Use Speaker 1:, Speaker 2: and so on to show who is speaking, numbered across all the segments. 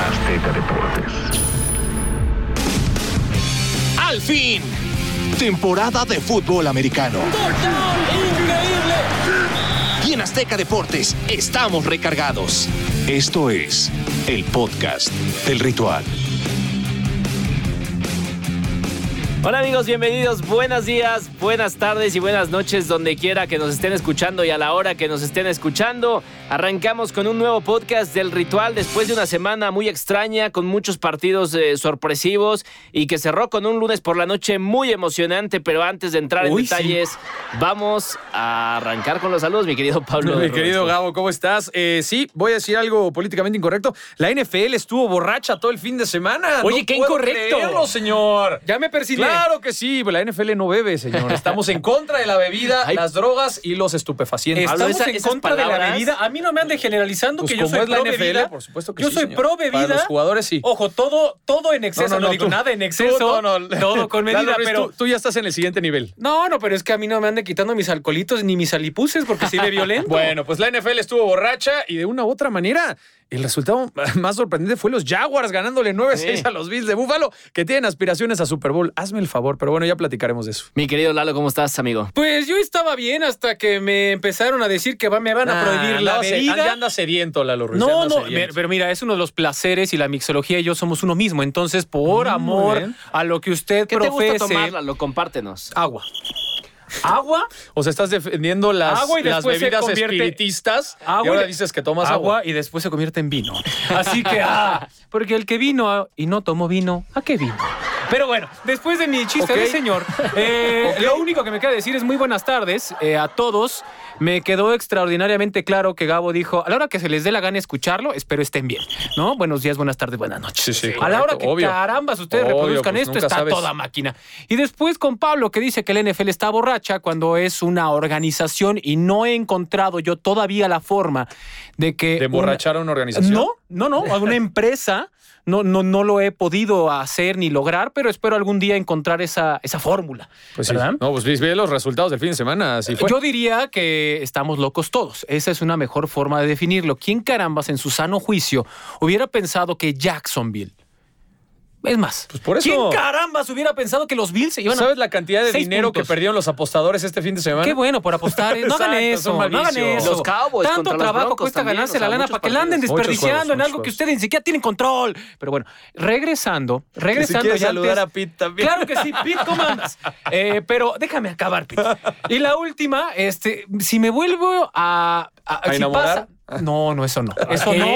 Speaker 1: Azteca Deportes.
Speaker 2: Al fin, temporada de fútbol americano. Y en Azteca Deportes estamos recargados. Esto es el podcast del ritual.
Speaker 3: Hola amigos, bienvenidos, buenos días, buenas tardes y buenas noches donde quiera que nos estén escuchando y a la hora que nos estén escuchando. Arrancamos con un nuevo podcast del ritual después de una semana muy extraña con muchos partidos eh, sorpresivos y que cerró con un lunes por la noche muy emocionante, pero antes de entrar
Speaker 4: Uy,
Speaker 3: en
Speaker 4: sí.
Speaker 3: detalles vamos a arrancar con los saludos, mi querido Pablo.
Speaker 4: Mi
Speaker 3: Roberto.
Speaker 4: querido Gabo, ¿cómo estás? Eh, sí, voy a decir algo políticamente incorrecto. La NFL estuvo borracha todo el fin de semana.
Speaker 5: Oye,
Speaker 4: No
Speaker 5: qué
Speaker 4: puedo
Speaker 5: incorrecto.
Speaker 4: creerlo, señor.
Speaker 5: Ya me persigné.
Speaker 4: Claro que sí, pues la NFL no bebe, señor. Estamos en contra de la bebida,
Speaker 3: Ay.
Speaker 4: las drogas y los estupefacientes.
Speaker 3: Pablo,
Speaker 5: Estamos
Speaker 3: esa-
Speaker 5: en
Speaker 3: esas
Speaker 5: contra de
Speaker 3: palabras-
Speaker 5: la bebida. A mí no me anden generalizando
Speaker 4: Pues
Speaker 5: que yo
Speaker 4: como
Speaker 5: soy
Speaker 4: es la
Speaker 5: pro
Speaker 4: NFL,
Speaker 5: bebida.
Speaker 4: por supuesto que
Speaker 5: yo
Speaker 4: sí,
Speaker 5: soy
Speaker 4: señor.
Speaker 5: pro
Speaker 4: Para
Speaker 5: bebida.
Speaker 4: los jugadores, sí.
Speaker 5: Ojo, todo, todo en exceso. No,
Speaker 4: no,
Speaker 5: digo
Speaker 4: tú-
Speaker 5: nada en
Speaker 4: tú-
Speaker 5: exceso.
Speaker 4: no, no.
Speaker 5: todo con medida,
Speaker 4: Lalo Ruiz,
Speaker 5: pero.
Speaker 4: tú, tú ya estás en el siguiente nivel.
Speaker 5: No, no, pero es que a mí no me anden quitando mis alcoholitos ni mis alipuses porque sí de violento.
Speaker 4: Bueno, pues la NFL estuvo borracha y de una u otra manera el resultado más sorprendente fue los Jaguars ganándole 9-6
Speaker 3: Sí.
Speaker 4: a los Bills de Búfalo que tienen aspiraciones a Super Bowl. Hazme el favor, pero bueno, ya platicaremos de eso.
Speaker 3: Mi querido Lalo, ¿cómo estás, amigo?
Speaker 5: Pues yo estaba bien hasta que me empezaron a decir que va- me van
Speaker 4: Ah,
Speaker 5: a prohibir la bebida.
Speaker 4: sediento Lalo
Speaker 5: No, no, pero, pero mira, es uno de los placeres y la mixología y yo somos uno mismo. Entonces, por
Speaker 4: Mm, muy
Speaker 5: amor
Speaker 4: bien.
Speaker 5: a lo que usted
Speaker 3: ¿Qué te
Speaker 5: profese,
Speaker 3: gusta tomar, Lalo? Compártenos.
Speaker 5: agua. Agua
Speaker 4: o sea, estás defendiendo las,
Speaker 5: Agua y
Speaker 4: las
Speaker 5: después se
Speaker 4: bebidas
Speaker 5: convierte-
Speaker 4: espiritistas
Speaker 5: Ah, Agua
Speaker 4: y
Speaker 5: y
Speaker 4: ahora
Speaker 5: le-
Speaker 4: dices que tomas agua.
Speaker 5: y después se convierte en vino. Así que, ah, porque el que vino a- y no tomó vino, ¿a qué vino? Pero bueno, después de mi chiste
Speaker 4: Ok.
Speaker 5: de señor, eh, lo único que me queda decir es muy buenas tardes eh, a todos. Me quedó extraordinariamente claro que Gabo dijo, a la hora que se les dé la gana escucharlo, espero estén bien, ¿no? Buenos días, buenas tardes, buenas noches.
Speaker 4: Sí, sí,
Speaker 5: a la hora
Speaker 4: correcto,
Speaker 5: que
Speaker 4: obvio.
Speaker 5: carambas ustedes
Speaker 4: Obvio,
Speaker 5: reproduzcan
Speaker 4: pues,
Speaker 5: esto,
Speaker 4: nunca
Speaker 5: está
Speaker 4: sabes.
Speaker 5: toda máquina. Y después con Pablo que dice que el NFL está borracha cuando es una organización y no he encontrado yo todavía la forma de que...
Speaker 4: ¿De emborrachar a una organización?
Speaker 5: No, no, no, a una empresa no, no, no lo he podido hacer ni lograr, pero espero algún día encontrar esa, esa fórmula.
Speaker 4: Pues sí.
Speaker 5: ¿verdad?
Speaker 4: No, pues vi- vi los resultados del fin de semana. Así fue.
Speaker 5: Yo diría que estamos locos todos. Esa es una mejor forma de definirlo. ¿Quién carambas en su sano juicio hubiera pensado que Jacksonville? Es más,
Speaker 4: Pues por eso.
Speaker 5: ¿quién carambas hubiera pensado que los Bills se iban a-
Speaker 4: ¿Sabes la cantidad de
Speaker 5: seis
Speaker 4: dinero
Speaker 5: puntos.
Speaker 4: que perdieron los apostadores este fin de semana?
Speaker 5: Qué bueno por apostar. eh. No hagan
Speaker 4: Exacto, es
Speaker 5: eso,
Speaker 4: un mal
Speaker 5: no hagan
Speaker 4: vicio.
Speaker 5: eso.
Speaker 3: Los Cowboys
Speaker 5: Tanto
Speaker 3: contra los
Speaker 5: trabajo
Speaker 3: Broncos
Speaker 5: cuesta
Speaker 3: también,
Speaker 5: ganarse
Speaker 3: o sea,
Speaker 5: la lana
Speaker 3: muchos
Speaker 5: para que la anden
Speaker 3: partidos.
Speaker 4: Muchos
Speaker 5: desperdiciando
Speaker 4: juegos,
Speaker 5: en algo
Speaker 4: muchos
Speaker 5: que ustedes ni siquiera tienen control. Pero bueno, regresando, regresando.
Speaker 4: quieres
Speaker 5: y antes-
Speaker 4: saludar a Pete también.
Speaker 5: Claro que sí, Pete, ¿cómo andas? Eh, pero déjame acabar, Pete. Y la última, este, si me vuelvo a.
Speaker 4: ¿A
Speaker 5: si
Speaker 4: enamorar?
Speaker 5: pasa- No, no, eso no. Eso no.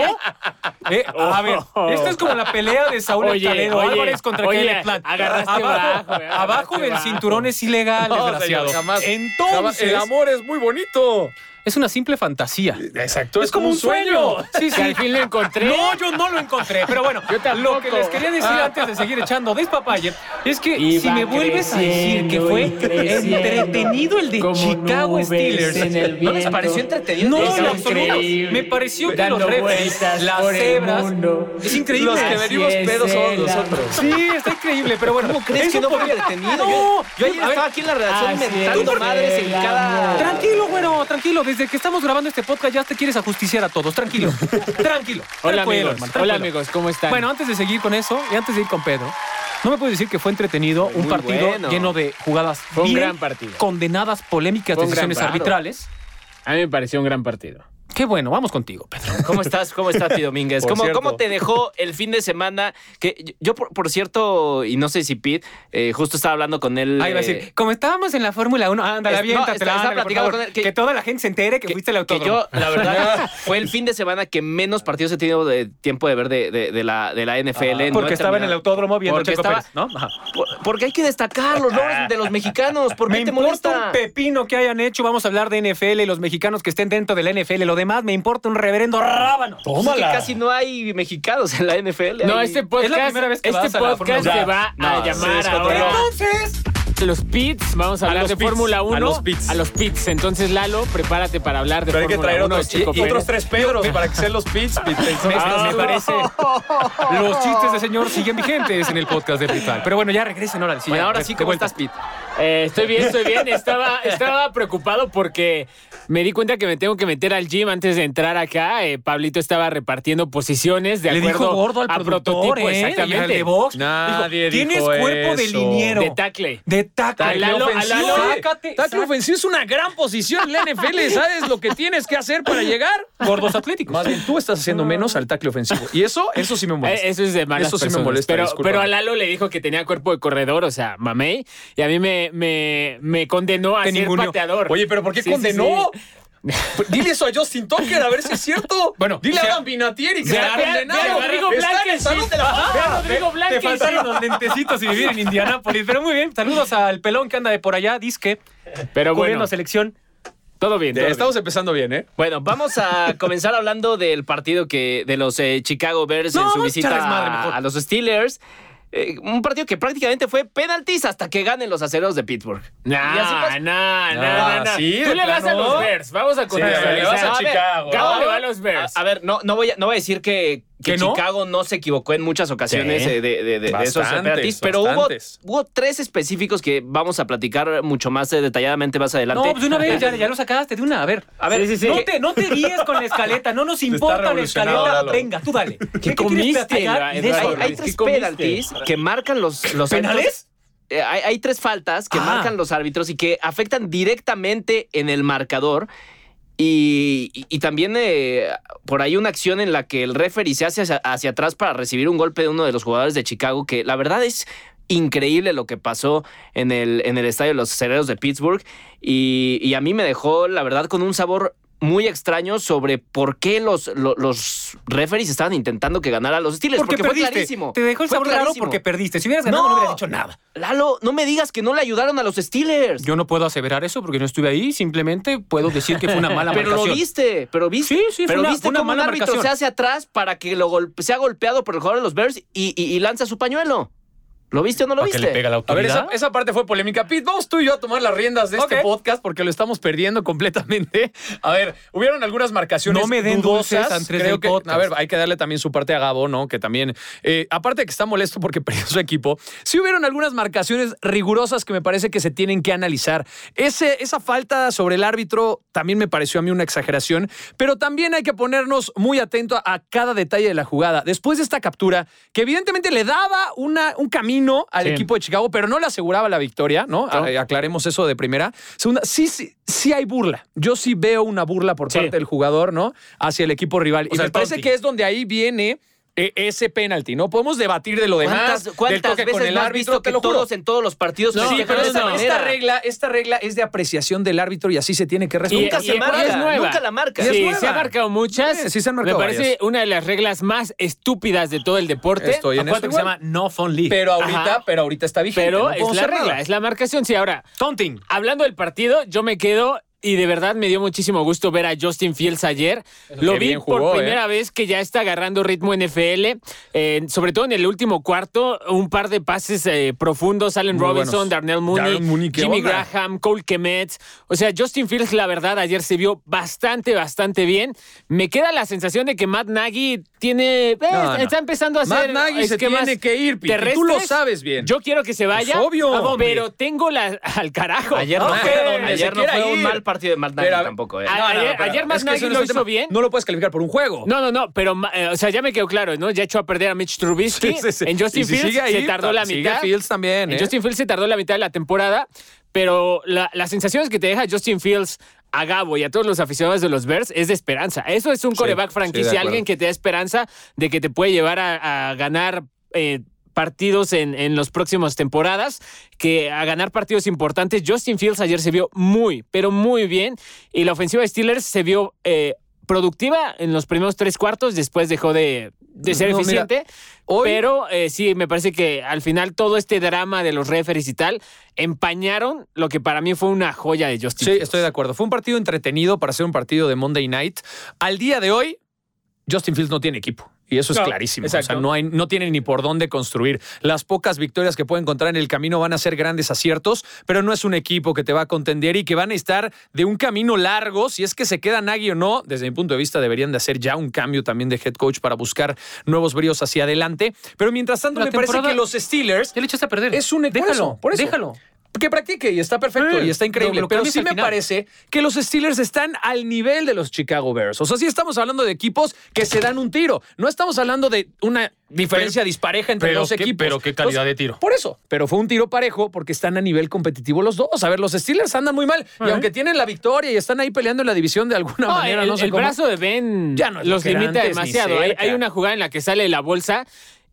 Speaker 5: Eh, a ver,
Speaker 4: Oh.
Speaker 5: esto es como la pelea de Saúl
Speaker 3: Oye,
Speaker 5: Alcanero
Speaker 3: oye,
Speaker 5: Álvarez contra
Speaker 3: oye,
Speaker 5: Kenneth Plant.
Speaker 3: agarraste
Speaker 5: abajo,
Speaker 3: bajo, eh,
Speaker 5: abajo
Speaker 3: agarraste
Speaker 5: del
Speaker 3: bajo.
Speaker 5: cinturón es ilegal,
Speaker 4: No, señor,
Speaker 5: desgraciado.
Speaker 4: jamás. Jamás.
Speaker 5: Entonces,
Speaker 4: El amor es muy bonito.
Speaker 5: es una simple fantasía.
Speaker 4: Exacto.
Speaker 5: Es como un sueño. Sí, sí.
Speaker 3: Que al fin lo encontré.
Speaker 5: No, yo no lo encontré. Pero bueno,
Speaker 3: Yo tampoco.
Speaker 5: lo que les quería decir antes de seguir echando despapalle es que
Speaker 3: Y
Speaker 5: si
Speaker 3: va
Speaker 5: me vuelves a decir que
Speaker 6: creciendo
Speaker 5: fue
Speaker 6: y creciendo,
Speaker 5: entretenido el de
Speaker 6: como
Speaker 5: Chicago
Speaker 6: nubes
Speaker 5: Steelers,
Speaker 6: en el
Speaker 5: ¿no les
Speaker 6: viento.
Speaker 5: pareció entretenido?
Speaker 6: Es
Speaker 5: No, en absoluto.
Speaker 6: increíble.
Speaker 5: Me pareció que los
Speaker 6: Dando
Speaker 5: referees,
Speaker 6: vueltas
Speaker 5: las
Speaker 6: por el
Speaker 5: cebras,
Speaker 6: mundo.
Speaker 5: es increíble.
Speaker 4: Los que
Speaker 6: Así
Speaker 4: venimos
Speaker 6: es
Speaker 4: pedos somos
Speaker 6: el amor.
Speaker 4: nosotros.
Speaker 5: Sí, está increíble, pero bueno. ¿Cómo
Speaker 7: ¿Crees que no fue entretenido? Yo, yo ayer
Speaker 5: a ver, Ah,
Speaker 7: estaba aquí en la redacción
Speaker 6: así
Speaker 7: meditando
Speaker 6: es,
Speaker 7: madres en
Speaker 6: el
Speaker 7: cada.
Speaker 6: amor.
Speaker 5: Tranquilo, bueno, tranquilo. Desde que estamos grabando este podcast ya te quieres ajusticiar a todos. Tranquilo, tranquilo.
Speaker 3: Hola
Speaker 5: Tranquilo,
Speaker 3: amigos,
Speaker 5: hermano,
Speaker 3: hola
Speaker 5: tranquilo.
Speaker 3: amigos, ¿cómo están?
Speaker 5: Bueno, antes de seguir con eso y antes de ir con Pedro, no me puedes decir que fue entretenido un
Speaker 3: Muy
Speaker 5: partido
Speaker 3: bueno.
Speaker 5: lleno de jugadas
Speaker 3: un
Speaker 5: bien
Speaker 3: gran partido.
Speaker 5: condenadas, polémicas,
Speaker 3: Fue un gran
Speaker 5: decisiones
Speaker 3: paro.
Speaker 5: arbitrales.
Speaker 3: a mí me pareció un gran partido.
Speaker 5: Qué bueno, vamos contigo, Pedro.
Speaker 3: ¿Cómo estás? ¿Cómo estás, Pío Domínguez?
Speaker 4: Por
Speaker 3: ¿Cómo,
Speaker 4: cierto.
Speaker 3: ¿Cómo te dejó el fin de semana? Que yo, por, por cierto, y no sé si Pete, eh, justo estaba hablando con él.
Speaker 5: Ahí va Ah, a
Speaker 3: eh,
Speaker 5: decir, como estábamos en la Fórmula 1, ándale,
Speaker 3: Es- no,
Speaker 5: aviéntatela,
Speaker 3: estaba- estaba
Speaker 5: ándale, por
Speaker 3: platicando
Speaker 5: favor,
Speaker 3: con él
Speaker 5: que,
Speaker 3: que-
Speaker 5: toda la gente se entere que, fuiste al
Speaker 3: que
Speaker 5: autódromo.
Speaker 3: yo, la verdad, fue el fin de semana que menos partidos he tenido de tiempo de ver de, de- de la, de la NFL. No he
Speaker 5: Ah, porque estaba en el
Speaker 3: terminado.
Speaker 5: autódromo viendo
Speaker 3: Porque
Speaker 5: a Checo
Speaker 3: estaba-
Speaker 5: Pérez, ¿no? Ajá.
Speaker 3: Por- porque hay que destacar los logros de los mexicanos. ¿Por qué
Speaker 5: Me
Speaker 3: te
Speaker 5: importa
Speaker 3: molesta?
Speaker 5: un pepino que hayan hecho. Vamos a hablar de NFL y los mexicanos que estén dentro de la NFL. Lo demás me importa un reverendo rábano.
Speaker 3: Pues es que casi no hay mexicanos en la NFL.
Speaker 8: No,
Speaker 3: Hay-
Speaker 8: este podcast,
Speaker 5: Es la primera vez que
Speaker 8: este
Speaker 5: vas a la
Speaker 8: podcast
Speaker 5: Fórmula
Speaker 8: se
Speaker 5: uno.
Speaker 8: va
Speaker 4: Ya. No,
Speaker 8: a llamar
Speaker 4: se
Speaker 8: ahora
Speaker 5: Entonces,
Speaker 8: los pits. Vamos a
Speaker 4: A
Speaker 8: hablar
Speaker 4: los
Speaker 8: de
Speaker 4: pits,
Speaker 8: Fórmula
Speaker 4: a
Speaker 8: 1.
Speaker 4: los pits.
Speaker 8: A los pits. Entonces, Lalo, prepárate para hablar de
Speaker 4: Pero hay que
Speaker 8: Fórmula
Speaker 4: traer
Speaker 8: 1 de
Speaker 4: otros, y-
Speaker 8: Checo
Speaker 4: y otros
Speaker 5: ¿eh?
Speaker 8: Pérez.
Speaker 4: tres Pedros para que sean los pits. pits, pits.
Speaker 5: Me,
Speaker 4: Ah,
Speaker 5: me parece. Los chistes de señor siguen vigentes en el podcast de Ritual. Pero bueno, ya regresen ahora. Sí,
Speaker 3: Bueno,
Speaker 5: ya,
Speaker 3: ahora
Speaker 5: de-
Speaker 3: sí,
Speaker 5: de
Speaker 3: ¿cómo
Speaker 5: vuelta.
Speaker 3: estás, Pete?
Speaker 8: Eh, estoy bien, estoy bien. Estaba, estaba preocupado porque me di cuenta que me tengo que meter al gym antes de entrar acá. eh, Pablito estaba repartiendo posiciones de
Speaker 5: Le
Speaker 8: acuerdo
Speaker 5: dijo gordo al
Speaker 8: a
Speaker 5: productor,
Speaker 8: prototipo,
Speaker 5: ¿eh? Y al
Speaker 8: exactamente.
Speaker 5: de box.
Speaker 4: Nadie
Speaker 5: Dijo,
Speaker 4: dijo
Speaker 5: Tienes cuerpo de
Speaker 4: eso.
Speaker 5: liniero.
Speaker 8: de tackle.
Speaker 5: De taco.
Speaker 8: A Lalo- a
Speaker 4: ofensivo.
Speaker 8: Lalo-
Speaker 4: Oye,
Speaker 5: sácate,
Speaker 4: tackle
Speaker 5: sácate.
Speaker 4: ofensivo es una gran posición en la NFL. ¿Sabes lo que tienes que hacer para llegar?
Speaker 5: Gordos atléticos.
Speaker 4: Más bien, tú estás haciendo menos al tackle ofensivo. Y eso, eso sí me molesta.
Speaker 8: Eh, Eso es de malas
Speaker 4: Eso sí me
Speaker 8: personas.
Speaker 4: molesta,
Speaker 8: pero,
Speaker 4: discúlpame.
Speaker 8: pero a Lalo le dijo que tenía cuerpo de corredor, o sea, mamey. Y a mí me, me, me condenó a
Speaker 5: Te
Speaker 8: ser
Speaker 5: ninguneó.
Speaker 8: pateador.
Speaker 4: Oye, pero ¿por qué
Speaker 8: Sí, sí,
Speaker 4: condenó?
Speaker 8: sí.
Speaker 4: Dile eso a Justin Tucker, a ver si es cierto.
Speaker 5: Bueno,
Speaker 4: dile
Speaker 5: se-
Speaker 4: a Adam Vinatieri que
Speaker 8: se-
Speaker 4: está
Speaker 8: ve- ve a
Speaker 4: condenado.
Speaker 8: Rodrigo
Speaker 4: está en el
Speaker 8: Blanquez,
Speaker 4: salón
Speaker 8: sí.
Speaker 4: de la fama.
Speaker 8: Ve a Ah, Rodrigo
Speaker 5: Te
Speaker 8: Blanquez,
Speaker 5: faltaron
Speaker 8: sí.
Speaker 5: los lentecitos y vivir en Indianápolis. Pero muy bien. Saludos al pelón que anda de por allá, disque,
Speaker 8: Pero bueno,
Speaker 5: cubriendo selección.
Speaker 8: todo bien. todo bien.
Speaker 4: Estamos empezando bien, ¿eh?
Speaker 3: Bueno, vamos a comenzar hablando del partido que de los eh, Chicago Bears
Speaker 5: No,
Speaker 3: en su
Speaker 5: vamos a echar
Speaker 3: visita
Speaker 5: desmadre mejor.
Speaker 3: a, a los Steelers. Eh, un partido que prácticamente fue penaltis hasta que ganen los aceros de Pittsburgh. Y así
Speaker 8: Nah,
Speaker 3: pasa. Ah,
Speaker 8: nah, nah, nah, nah.
Speaker 4: sí,
Speaker 8: Tú
Speaker 4: de
Speaker 8: le vas a
Speaker 4: plano.
Speaker 8: los Bears. Vamos a contestar.
Speaker 4: le vas a Chicago.
Speaker 8: Gabo le va a los Bears.
Speaker 3: A, a ver, no, no, voy a, no voy a decir que, que
Speaker 5: ¿Que no?
Speaker 3: Chicago no? se equivocó en muchas ocasiones
Speaker 4: Sí.
Speaker 3: eh, de, de- de- de esos
Speaker 4: Bastantes,
Speaker 3: penaltis, pero hubo,
Speaker 4: bastantes.
Speaker 3: hubo tres específicos que vamos a platicar mucho más eh, detalladamente más
Speaker 5: No,
Speaker 3: adelante.
Speaker 5: pues de una vez, ya, ya lo sacaste, de una, a ver.
Speaker 3: A ver,
Speaker 5: No te, no te guíes con la escaleta, no nos importa la
Speaker 4: revolucionado,
Speaker 5: escaleta.
Speaker 4: Lalo.
Speaker 5: Venga, tú dale. ¿Qué, quieres
Speaker 8: comiste,
Speaker 5: platicar? Y de eso
Speaker 8: Eduardo?
Speaker 3: hay, hay
Speaker 5: hablamos.
Speaker 3: tres
Speaker 8: ¿Qué comiste?
Speaker 3: penaltis que marcan los, los
Speaker 5: ¿Penales?
Speaker 3: árbitros. Eh, hay, hay tres faltas que
Speaker 5: Ah.
Speaker 3: marcan los árbitros y que afectan directamente en el marcador. Y, y- y también eh, por ahí una acción en la que el referee se hace hacia, hacia atrás para recibir un golpe de uno de los jugadores de Chicago, que la verdad es increíble lo que pasó en el, en el estadio de los Cereros de Pittsburgh. Y, y a mí me dejó, la verdad, con un sabor muy extraño sobre por qué los, lo- los, referees estaban intentando que ganara a los Steelers.
Speaker 5: Porque,
Speaker 3: Porque, fue
Speaker 5: perdiste.
Speaker 3: clarísimo.
Speaker 5: Te dejó el
Speaker 3: Fue
Speaker 5: sabor raro
Speaker 3: clarísimo.
Speaker 5: porque perdiste. Si hubieras ganado, no,
Speaker 3: No.
Speaker 5: hubieras dicho nada.
Speaker 3: Lalo, no me digas que no le ayudaron a los Steelers.
Speaker 5: Yo no puedo aseverar eso porque no estuve ahí. Simplemente puedo decir que fue una mala
Speaker 3: pero lo viste, pero viste.
Speaker 5: Sí, sí, fue
Speaker 3: pero
Speaker 5: una-
Speaker 3: viste
Speaker 5: una
Speaker 3: cómo
Speaker 5: mala
Speaker 3: un árbitro
Speaker 5: marcación.
Speaker 3: se hace atrás para que lo golpe- sea golpeado por el jugador de los Bears y, y- y lanza su pañuelo. ¿Lo viste o no lo viste?
Speaker 5: la
Speaker 4: A ver, esa, esa parte fue polémica. Pete, vamos tú y yo a tomar las riendas de
Speaker 5: Ok.
Speaker 4: este podcast porque lo estamos perdiendo completamente. A ver, hubieron algunas marcaciones
Speaker 5: No me den
Speaker 4: dudosas.
Speaker 5: dulces antes del
Speaker 4: Creo que,
Speaker 5: podcast.
Speaker 4: a ver, hay que darle también su parte a Gabo, ¿no? Que también, eh, aparte de que está molesto porque perdió su equipo, sí hubieron algunas marcaciones rigurosas que me parece que se tienen que analizar. Ese, esa falta sobre el árbitro también me pareció a mí una exageración, pero también hay que ponernos muy atentos a cada detalle de la jugada. Después de esta captura, que evidentemente le daba una, un camino al equipo de Chicago, pero no le aseguraba la victoria, ¿no? A- Aclaremos eso de primera. Segunda, sí, sí, sí hay burla. Yo sí veo una burla por parte del jugador, ¿no? Hacia el equipo rival. y me
Speaker 5: sea, el
Speaker 4: parece
Speaker 5: taunting.
Speaker 4: que es donde ahí viene eh, ese penalti, ¿no? Podemos debatir de lo demás,
Speaker 3: ¿Cuántas,
Speaker 4: del
Speaker 3: cuántas
Speaker 4: toque con
Speaker 3: veces
Speaker 4: el
Speaker 3: no has
Speaker 4: árbitro,
Speaker 3: visto que
Speaker 4: te lo juro.
Speaker 3: todos en todos los partidos
Speaker 4: No, sí,
Speaker 3: festejan
Speaker 4: pero
Speaker 3: de esa
Speaker 4: esta, esta
Speaker 3: manera?
Speaker 4: regla, esta regla es de apreciación del árbitro y así se tiene que respetar.
Speaker 3: Nunca
Speaker 8: Y-
Speaker 3: se
Speaker 8: y-
Speaker 3: marca,
Speaker 8: y es nueva.
Speaker 3: nunca la marca.
Speaker 4: Y es
Speaker 8: Sí,
Speaker 4: nueva.
Speaker 8: se han marcado muchas.
Speaker 4: Sí, sí se han marcado
Speaker 8: Me parece
Speaker 4: varias.
Speaker 8: una de las reglas más estúpidas de todo el deporte.
Speaker 4: Estoy en esto
Speaker 5: Acuérdate que se
Speaker 4: igual.
Speaker 5: llama No Fun League.
Speaker 4: Pero ahorita,
Speaker 8: Ajá.
Speaker 4: pero ahorita está vigente.
Speaker 8: Pero
Speaker 4: no
Speaker 8: es
Speaker 4: podemos
Speaker 8: la
Speaker 4: hacer
Speaker 8: regla,
Speaker 4: nada.
Speaker 8: es la marcación. Sí, ahora,
Speaker 5: Taunting.
Speaker 8: hablando del partido, yo me quedo y de verdad me dio muchísimo gusto ver a Justin Fields ayer. Lo
Speaker 4: que
Speaker 8: vi
Speaker 4: bien jugó, ¿eh?
Speaker 8: por primera vez que ya está agarrando ritmo NFL, eh, sobre todo en el último cuarto, un par de pases eh, profundos, Allen
Speaker 4: Muy
Speaker 8: Robinson,
Speaker 4: buenos.
Speaker 8: Darnell Mooney,
Speaker 4: Darnell Mooney, ¿qué
Speaker 8: Jimmy
Speaker 4: onda?
Speaker 8: Graham, Cole Kmet. O sea, Justin Fields, la verdad, ayer se vio bastante, bastante bien. Me queda la sensación de que Matt Nagy tiene... eh,
Speaker 4: No, no.
Speaker 8: Está empezando a
Speaker 4: Matt
Speaker 8: hacer
Speaker 4: Nagy se
Speaker 8: esquemas
Speaker 4: tiene que ir, Piti, Tú lo
Speaker 8: terrestres.
Speaker 4: sabes bien.
Speaker 8: Yo quiero que se vaya,
Speaker 4: Pues obvio.
Speaker 8: ¿a dónde? pero tengo la al carajo.
Speaker 3: Ayer no,
Speaker 8: Ok.
Speaker 4: Ah,
Speaker 3: fue,
Speaker 4: donde se
Speaker 3: ayer no
Speaker 4: quiera
Speaker 3: fue
Speaker 4: ir.
Speaker 3: un mal partido de Matt Nagy
Speaker 4: Pero a-
Speaker 3: tampoco. ¿eh?
Speaker 8: Ah, ayer-
Speaker 4: pero
Speaker 8: ayer Matt
Speaker 4: es que eso
Speaker 8: Nagy
Speaker 4: no
Speaker 8: lo
Speaker 4: es el
Speaker 8: hizo
Speaker 4: tema.
Speaker 8: bien.
Speaker 4: No lo puedes calificar por un juego.
Speaker 8: No, no, no, pero, ma- eh, o sea, ya me quedó claro, ¿no? Ya echó a perder a Mitch Trubisky.
Speaker 4: Sí, sí, sí.
Speaker 8: En Justin
Speaker 4: Y si
Speaker 8: Fields
Speaker 4: sigue ahí,
Speaker 8: se tardó la
Speaker 4: sigue
Speaker 8: mitad.
Speaker 4: Fields también,
Speaker 8: En
Speaker 4: ¿eh?
Speaker 8: Justin Fields se tardó la mitad de la temporada, pero la, las sensaciones que te deja Justin Fields a Gabo y a todos los aficionados de los Bears es de esperanza. Eso es un coreback
Speaker 4: sí, de
Speaker 8: franquicia,
Speaker 4: acuerdo.
Speaker 8: alguien que te da esperanza de que te puede llevar a, a ganar. eh, partidos en, en las próximas temporadas, que a ganar partidos importantes. Justin Fields ayer se vio muy, pero muy bien, y la ofensiva de Steelers se vio eh, productiva en los primeros tres cuartos, después dejó de, de ser
Speaker 4: No, mira,
Speaker 8: eficiente,
Speaker 4: Hoy-
Speaker 8: pero eh, sí, me parece que al final todo este drama de los referees y tal empañaron lo que para mí fue una joya de
Speaker 4: Sí,
Speaker 8: Justin. Fields.
Speaker 4: estoy de acuerdo. Fue un partido entretenido para ser un partido de Monday Night. Al día de hoy, Justin Fields no tiene equipo. Y eso es
Speaker 5: No,
Speaker 4: clarísimo. O
Speaker 5: exacto.
Speaker 4: sea, no, hay, no tiene ni por dónde construir. Las pocas victorias que puede encontrar en el camino van a ser grandes aciertos, pero no es un equipo que te va a contender y que van a estar de un camino largo. Si es que se queda Nagy o no, desde mi punto de vista, deberían de hacer ya un cambio también de head coach para buscar nuevos bríos hacia adelante. Pero mientras tanto,
Speaker 5: La
Speaker 4: me parece
Speaker 5: temporada-
Speaker 4: que los Steelers
Speaker 5: Ya le echaste a perder.
Speaker 4: es un
Speaker 5: Déjalo,
Speaker 4: por eso, por eso.
Speaker 5: déjalo.
Speaker 4: que practique y está perfecto
Speaker 5: Sí,
Speaker 4: y está increíble.
Speaker 5: lo- lo
Speaker 4: pero
Speaker 5: cambias
Speaker 4: sí
Speaker 5: al
Speaker 4: me
Speaker 5: final.
Speaker 4: parece que los Steelers están al nivel de los Chicago Bears. O sea, sí estamos hablando de equipos que se dan un tiro. No estamos hablando de una diferencia dispareja entre
Speaker 5: pero
Speaker 4: los dos
Speaker 5: qué-
Speaker 4: equipos.
Speaker 5: pero qué calidad de tiro.
Speaker 4: Por eso. Pero fue un tiro parejo porque están a nivel competitivo los dos. A ver, los Steelers andan muy mal. Y aunque tienen la victoria y están ahí peleando en la división de alguna
Speaker 8: No,
Speaker 4: manera,
Speaker 8: el,
Speaker 4: no sé
Speaker 8: el
Speaker 4: cómo.
Speaker 8: brazo de Ben
Speaker 4: Ya no es lo
Speaker 8: los
Speaker 4: que era
Speaker 8: limita
Speaker 4: antes, ni
Speaker 8: demasiado. Hay,
Speaker 4: cerca.
Speaker 8: hay una jugada en la que sale de la bolsa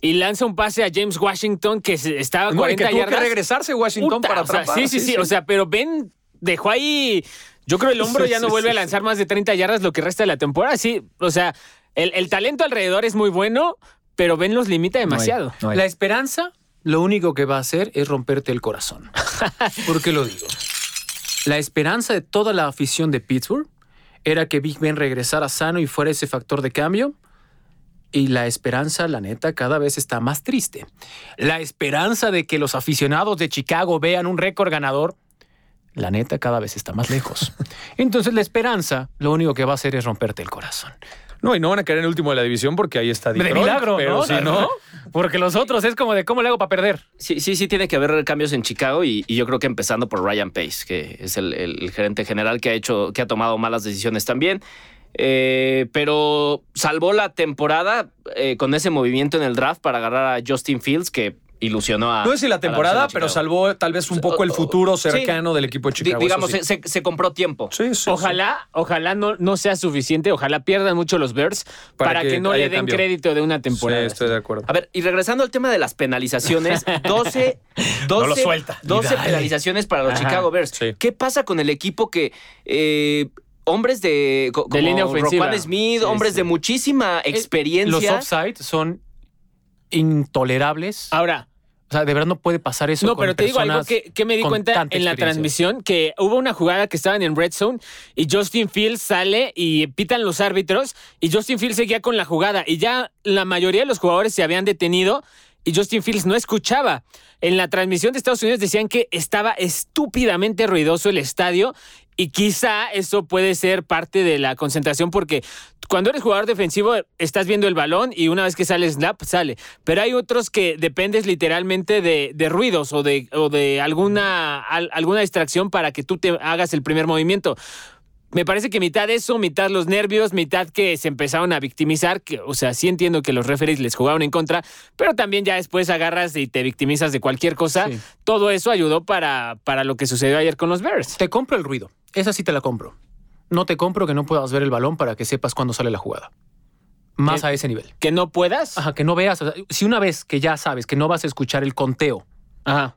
Speaker 8: y lanza un pase a James Washington que se- estaba a
Speaker 4: No, y que
Speaker 8: 40
Speaker 4: tuvo
Speaker 8: yardas.
Speaker 4: que regresarse Washington
Speaker 8: Puta,
Speaker 4: para
Speaker 8: o sea,
Speaker 4: atrapar.
Speaker 8: sí, sí, sí, O sea, pero Ben dejó ahí. Yo creo el hombro
Speaker 4: Sí,
Speaker 8: ya no
Speaker 4: sí,
Speaker 8: vuelve
Speaker 4: sí,
Speaker 8: a lanzar más de 30 yardas lo que resta de la temporada. Sí, o sea, el, el talento alrededor es muy bueno, pero Ben los limita demasiado.
Speaker 5: La esperanza lo único que va a hacer es romperte el corazón. ¿Por qué lo digo? La esperanza de toda la afición de Pittsburgh era que Big Ben regresara sano y fuera ese factor de cambio. Y la esperanza, la neta, cada vez está más triste. La esperanza de que los aficionados de Chicago vean un récord ganador, la neta, cada vez está más lejos. Entonces la esperanza lo único que va a hacer es romperte el corazón.
Speaker 4: No, y no van a caer en el último de la división porque ahí está
Speaker 5: De
Speaker 4: Detroit,
Speaker 5: milagro,
Speaker 4: pero
Speaker 5: ¿no?
Speaker 4: si no,
Speaker 5: Porque los otros es como de cómo le hago para perder.
Speaker 3: Sí, sí, sí, tiene que haber cambios en Chicago y, y yo creo que empezando por Ryan Pace, que es el, el- el gerente general que ha hecho, que ha tomado malas decisiones también. Eh, pero salvó la temporada eh, con ese movimiento en el draft para agarrar a Justin Fields, que ilusionó a.
Speaker 4: no es si
Speaker 3: a
Speaker 4: la temporada,
Speaker 3: afición de
Speaker 4: pero
Speaker 3: Chicago.
Speaker 4: salvó tal vez un poco el
Speaker 3: o-
Speaker 4: futuro
Speaker 3: sí.
Speaker 4: cercano del equipo de
Speaker 3: Di-
Speaker 4: Chicago. eso
Speaker 3: digamos,
Speaker 4: sí.
Speaker 3: se- se, se compró tiempo.
Speaker 4: Sí, sí,
Speaker 8: Ojalá, ojalá no, no sea suficiente, ojalá pierdan mucho los Bears
Speaker 4: Para
Speaker 8: para,
Speaker 4: que
Speaker 8: que, no le
Speaker 4: haya
Speaker 8: den
Speaker 4: cambio.
Speaker 8: crédito de una
Speaker 4: sí.
Speaker 8: temporada.
Speaker 4: Sí, estoy de acuerdo.
Speaker 3: A ver, y regresando al tema de las penalizaciones, 12, 12,
Speaker 5: lo suelta.
Speaker 3: 12
Speaker 5: Y dale.
Speaker 3: penalizaciones para los
Speaker 8: Ajá,
Speaker 3: Chicago Bears.
Speaker 4: sí.
Speaker 3: ¿Qué pasa con el equipo que eh, hombres de, co- como
Speaker 8: línea ofensiva.
Speaker 3: Roquan Smith,
Speaker 8: Sí,
Speaker 3: hombres
Speaker 8: sí.
Speaker 3: de muchísima
Speaker 5: Los
Speaker 3: experiencia?
Speaker 5: offside son intolerables.
Speaker 8: Ahora,
Speaker 5: O sea, de verdad Ah. no puede pasar eso.
Speaker 8: no,
Speaker 5: con
Speaker 8: pero te digo algo
Speaker 5: personas
Speaker 8: que, que me di
Speaker 5: con
Speaker 8: cuenta
Speaker 5: tanta
Speaker 8: en la
Speaker 5: experiencia.
Speaker 8: transmisión, que hubo una jugada que estaban en Red Zone y Justin Fields sale y pitan los árbitros y Justin Fields seguía con la jugada y ya la mayoría de los jugadores se habían detenido y Justin Fields no escuchaba. En la transmisión de Estados Unidos decían que estaba estúpidamente ruidoso el estadio y quizá eso puede ser parte de la concentración porque cuando eres jugador defensivo estás viendo el balón y una vez que sale snap sale. Pero hay otros que dependes literalmente de, de ruidos o de, o de alguna, al- alguna distracción para que tú te hagas el primer movimiento. Me parece que mitad eso, mitad los nervios, mitad que se empezaron a victimizar. Que, o sea, sí entiendo que los referees les jugaron en contra, pero también ya después agarras y te victimizas de cualquier cosa.
Speaker 5: Sí.
Speaker 8: Todo eso ayudó para, para lo que sucedió ayer con los Bears.
Speaker 5: Te compro el ruido. Esa sí te la compro. No te compro que no puedas ver el balón para que sepas cuándo sale la jugada. Más
Speaker 8: Sí.
Speaker 5: a ese nivel.
Speaker 8: Que no puedas.
Speaker 5: Ajá, que no veas. o sea, si una vez que ya sabes que no vas a escuchar el conteo,
Speaker 8: Ajá.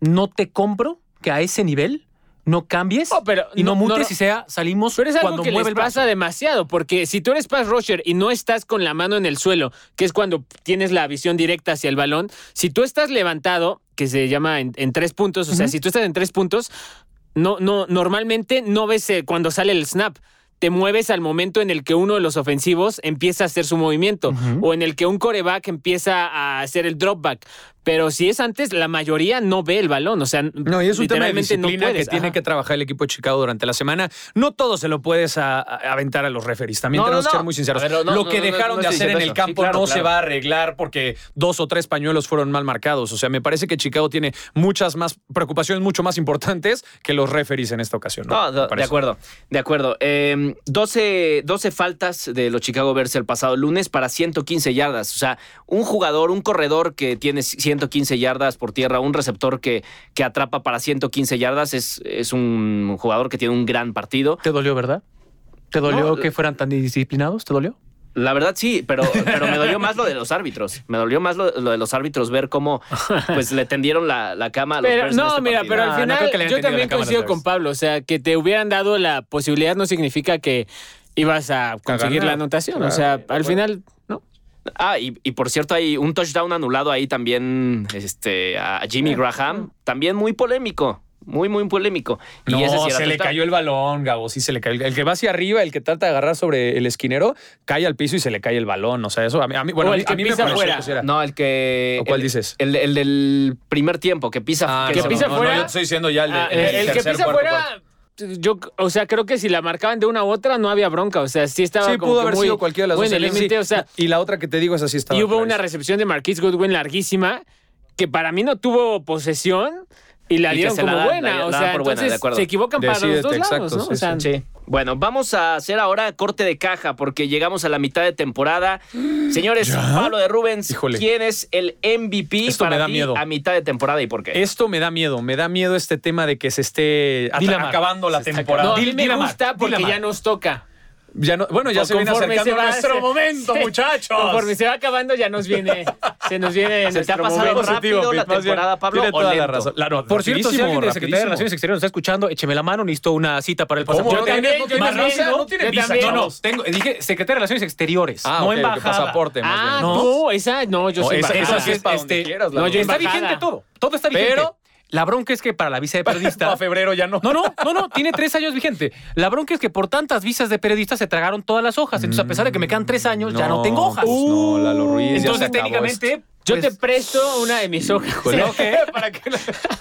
Speaker 5: no te compro que a ese nivel no cambies
Speaker 8: No, Oh, pero
Speaker 5: y no,
Speaker 8: no-
Speaker 5: mutes
Speaker 8: no-
Speaker 5: y sea salimos
Speaker 8: Pero es algo
Speaker 5: cuando
Speaker 8: que
Speaker 5: mueve
Speaker 8: les
Speaker 5: el brazo.
Speaker 8: pasa demasiado, porque si tú eres pass rusher y no estás con la mano en el suelo, que es cuando tienes la visión directa hacia el balón, si tú estás levantado, que se llama en, en tres puntos, o sea, si tú estás en tres puntos, no, no, normalmente no ves eh, cuando sale el snap. Te mueves al momento en el que uno de los ofensivos empieza a hacer su movimiento
Speaker 5: Ujú.
Speaker 8: o en el que un coreback empieza a hacer el dropback. Pero si es antes, la mayoría no ve el balón. O sea,
Speaker 4: No, y es un tema de
Speaker 8: literalmente no
Speaker 4: disciplina
Speaker 8: puedes.
Speaker 4: que tiene
Speaker 8: Ajá.
Speaker 4: que trabajar el equipo de Chicago durante la semana. No todo se lo puedes a- a- aventar a los referees. También
Speaker 3: No,
Speaker 4: tenemos
Speaker 3: no,
Speaker 4: que
Speaker 3: no.
Speaker 4: ser muy sinceros.
Speaker 3: A ver, no, no,
Speaker 4: lo
Speaker 3: no,
Speaker 4: que
Speaker 3: no, no,
Speaker 4: dejaron de
Speaker 3: no estoy
Speaker 4: hacer en
Speaker 3: diciendo
Speaker 4: el
Speaker 3: eso.
Speaker 4: campo
Speaker 3: Sí, claro,
Speaker 4: no se
Speaker 3: claro.
Speaker 4: va a arreglar porque dos o tres pañuelos fueron mal marcados. O sea, me parece que Chicago tiene muchas más preocupaciones mucho más importantes que los referees en esta ocasión.
Speaker 3: No,
Speaker 4: No,
Speaker 3: de-
Speaker 4: Me
Speaker 3: de
Speaker 4: parece.
Speaker 3: acuerdo, de acuerdo. Eh, 12, 12 faltas de los Chicago Bears el pasado lunes para 115 yardas. O sea, un jugador, un corredor que tiene 115 yardas por tierra, un receptor que, que atrapa para 115 yardas, es, es un jugador que tiene un gran partido.
Speaker 5: ¿Te dolió, verdad? ¿Te dolió
Speaker 3: No,
Speaker 5: que fueran tan disciplinados? ¿Te dolió?
Speaker 3: La verdad sí, pero, pero me dolió más lo de los árbitros. Me dolió más lo, lo de los árbitros ver cómo pues le tendieron la, la cama a los
Speaker 8: Pero,
Speaker 3: Bears en
Speaker 8: no,
Speaker 3: este
Speaker 8: mira,
Speaker 3: partido.
Speaker 8: pero
Speaker 5: Ah,
Speaker 8: al
Speaker 5: no
Speaker 8: final
Speaker 5: creo que le hayan
Speaker 8: yo
Speaker 5: entendido
Speaker 8: también
Speaker 5: la cámara
Speaker 8: coincido
Speaker 5: otra
Speaker 8: con
Speaker 5: vez.
Speaker 8: Pablo. O sea, que te hubieran dado la posibilidad no significa que ibas a conseguir la
Speaker 4: ganar,
Speaker 8: anotación.
Speaker 4: claro,
Speaker 8: o sea, al final, ¿no?
Speaker 3: Ah, y, y por cierto, hay un touchdown anulado ahí también este, a Jimmy Graham. También muy polémico. Muy, muy polémico. Y
Speaker 4: No,
Speaker 3: ese sí era
Speaker 4: se le
Speaker 3: touchdown.
Speaker 4: cayó el balón, Gabo. Sí, se le cayó. El que va hacia arriba, el que trata de agarrar sobre el esquinero, cae al piso y se le cae el balón. O sea, eso a mí, a mí- bueno,
Speaker 8: O
Speaker 4: a
Speaker 8: el
Speaker 4: mí-
Speaker 8: que
Speaker 4: a mí me
Speaker 8: pisa
Speaker 4: pareció
Speaker 8: fuera.
Speaker 4: que sí era.
Speaker 3: No, el que.
Speaker 4: ¿O cuál
Speaker 3: el-
Speaker 4: dices?
Speaker 3: El, el del primer tiempo, que pisa.
Speaker 4: Ah,
Speaker 3: que
Speaker 4: no,
Speaker 3: se-
Speaker 8: pisa
Speaker 4: no,
Speaker 8: fuera-
Speaker 4: No, yo te estoy diciendo ya el, de-
Speaker 8: Ah,
Speaker 4: el
Speaker 8: el, el que
Speaker 4: tercer,
Speaker 8: pisa
Speaker 4: cuarto, cuarto.
Speaker 8: fuera, yo, o sea, creo que si la marcaban de una u otra no había bronca. O sea, sí estaba
Speaker 4: Sí,
Speaker 8: como
Speaker 4: pudo
Speaker 8: que
Speaker 4: haber
Speaker 8: muy-
Speaker 4: sido cualquiera de las
Speaker 8: muy
Speaker 4: dos.
Speaker 8: en el
Speaker 4: Sí.
Speaker 8: límite, o sea,
Speaker 4: y la otra que te digo es así estaba.
Speaker 8: y hubo una
Speaker 4: clarísima.
Speaker 8: recepción de Marquise Goodwin larguísima que para mí no tuvo posesión. Y la
Speaker 3: Y que
Speaker 8: dieron
Speaker 3: se
Speaker 8: como
Speaker 3: la dan,
Speaker 8: buena.
Speaker 3: la
Speaker 8: o
Speaker 3: dan
Speaker 8: sea,
Speaker 3: por buena, de
Speaker 8: entonces
Speaker 3: acuerdo.
Speaker 8: se equivocan para los
Speaker 4: Decídete,
Speaker 8: dos lados,
Speaker 4: exacto,
Speaker 8: ¿no?
Speaker 4: sí,
Speaker 8: o sea,
Speaker 3: Sí. Bueno, vamos a hacer ahora corte de caja porque llegamos a la mitad de temporada. Señores, Pablo de Rubens,
Speaker 4: Híjole.
Speaker 3: ¿quién es el MVP
Speaker 4: Esto me
Speaker 3: para
Speaker 4: da
Speaker 3: ti
Speaker 4: miedo.
Speaker 3: a mitad de temporada y por qué?
Speaker 4: Esto me da miedo, me da miedo este tema de que se esté atra-
Speaker 8: Dilamar.
Speaker 4: acabando la temporada.
Speaker 8: No, a mí
Speaker 4: Dil-
Speaker 8: me
Speaker 4: Dilamar,
Speaker 8: gusta porque
Speaker 4: Dilamar.
Speaker 8: ya nos toca.
Speaker 4: Ya no- bueno, ya se viene
Speaker 8: Conforme
Speaker 4: acercando
Speaker 8: se va-
Speaker 4: nuestro
Speaker 8: se-
Speaker 4: momento,
Speaker 8: se-
Speaker 4: muchachos.
Speaker 8: Conforme se va acabando, ya nos viene. se nos viene.
Speaker 3: Se te ha
Speaker 8: nuestro
Speaker 3: pasado
Speaker 8: momento.
Speaker 3: rápido. la
Speaker 4: Pete, más bien.
Speaker 3: temporada, Pablo,
Speaker 4: Tiene
Speaker 3: o
Speaker 4: toda la
Speaker 3: lento.
Speaker 4: razón. La- no,
Speaker 5: Por cierto, si
Speaker 4: rapidísimo,
Speaker 5: alguien de la Secretaría de
Speaker 4: rapidísimo.
Speaker 5: Relaciones Exteriores nos está escuchando, écheme la mano, necesito una cita para el
Speaker 4: ¿Cómo?
Speaker 5: pasaporte.
Speaker 4: Yo también,
Speaker 8: yo
Speaker 4: Más
Speaker 8: también,
Speaker 4: visa,
Speaker 8: ¿no?
Speaker 4: no tiene
Speaker 8: Yo
Speaker 4: visa,
Speaker 8: también.
Speaker 5: No, no,
Speaker 4: chavos.
Speaker 5: tengo, dije Secretaría de Relaciones Exteriores,
Speaker 4: Ah,
Speaker 5: no
Speaker 4: ok, ok,
Speaker 5: embajada.
Speaker 4: pasaporte, más
Speaker 8: Ah,
Speaker 4: bien.
Speaker 5: ¿no?
Speaker 8: tú, esa. No, yo
Speaker 4: No,
Speaker 8: soy
Speaker 4: esa-
Speaker 8: embajada.
Speaker 4: esa sí es pa' donde quieras, la
Speaker 8: No, yo
Speaker 4: verdad.
Speaker 5: Este, está
Speaker 8: embajada.
Speaker 5: vigente todo, todo está vigente.
Speaker 4: Pero-
Speaker 5: la bronca es que para la visa de
Speaker 4: Para
Speaker 5: periodista
Speaker 4: febrero ya no.
Speaker 5: No, no, no, no, tiene tres años vigente. La bronca es que por tantas visas de periodistas se tragaron todas las hojas. Entonces, a pesar de que me quedan tres años, ya no tengo hojas.
Speaker 4: pues no, Lalo Ruiz. ya se
Speaker 5: Entonces,
Speaker 4: acabó esto.
Speaker 5: técnicamente.
Speaker 8: Yo te
Speaker 5: pues,
Speaker 8: presto una de mis hojas.
Speaker 4: Bueno,
Speaker 5: ¿Para qué?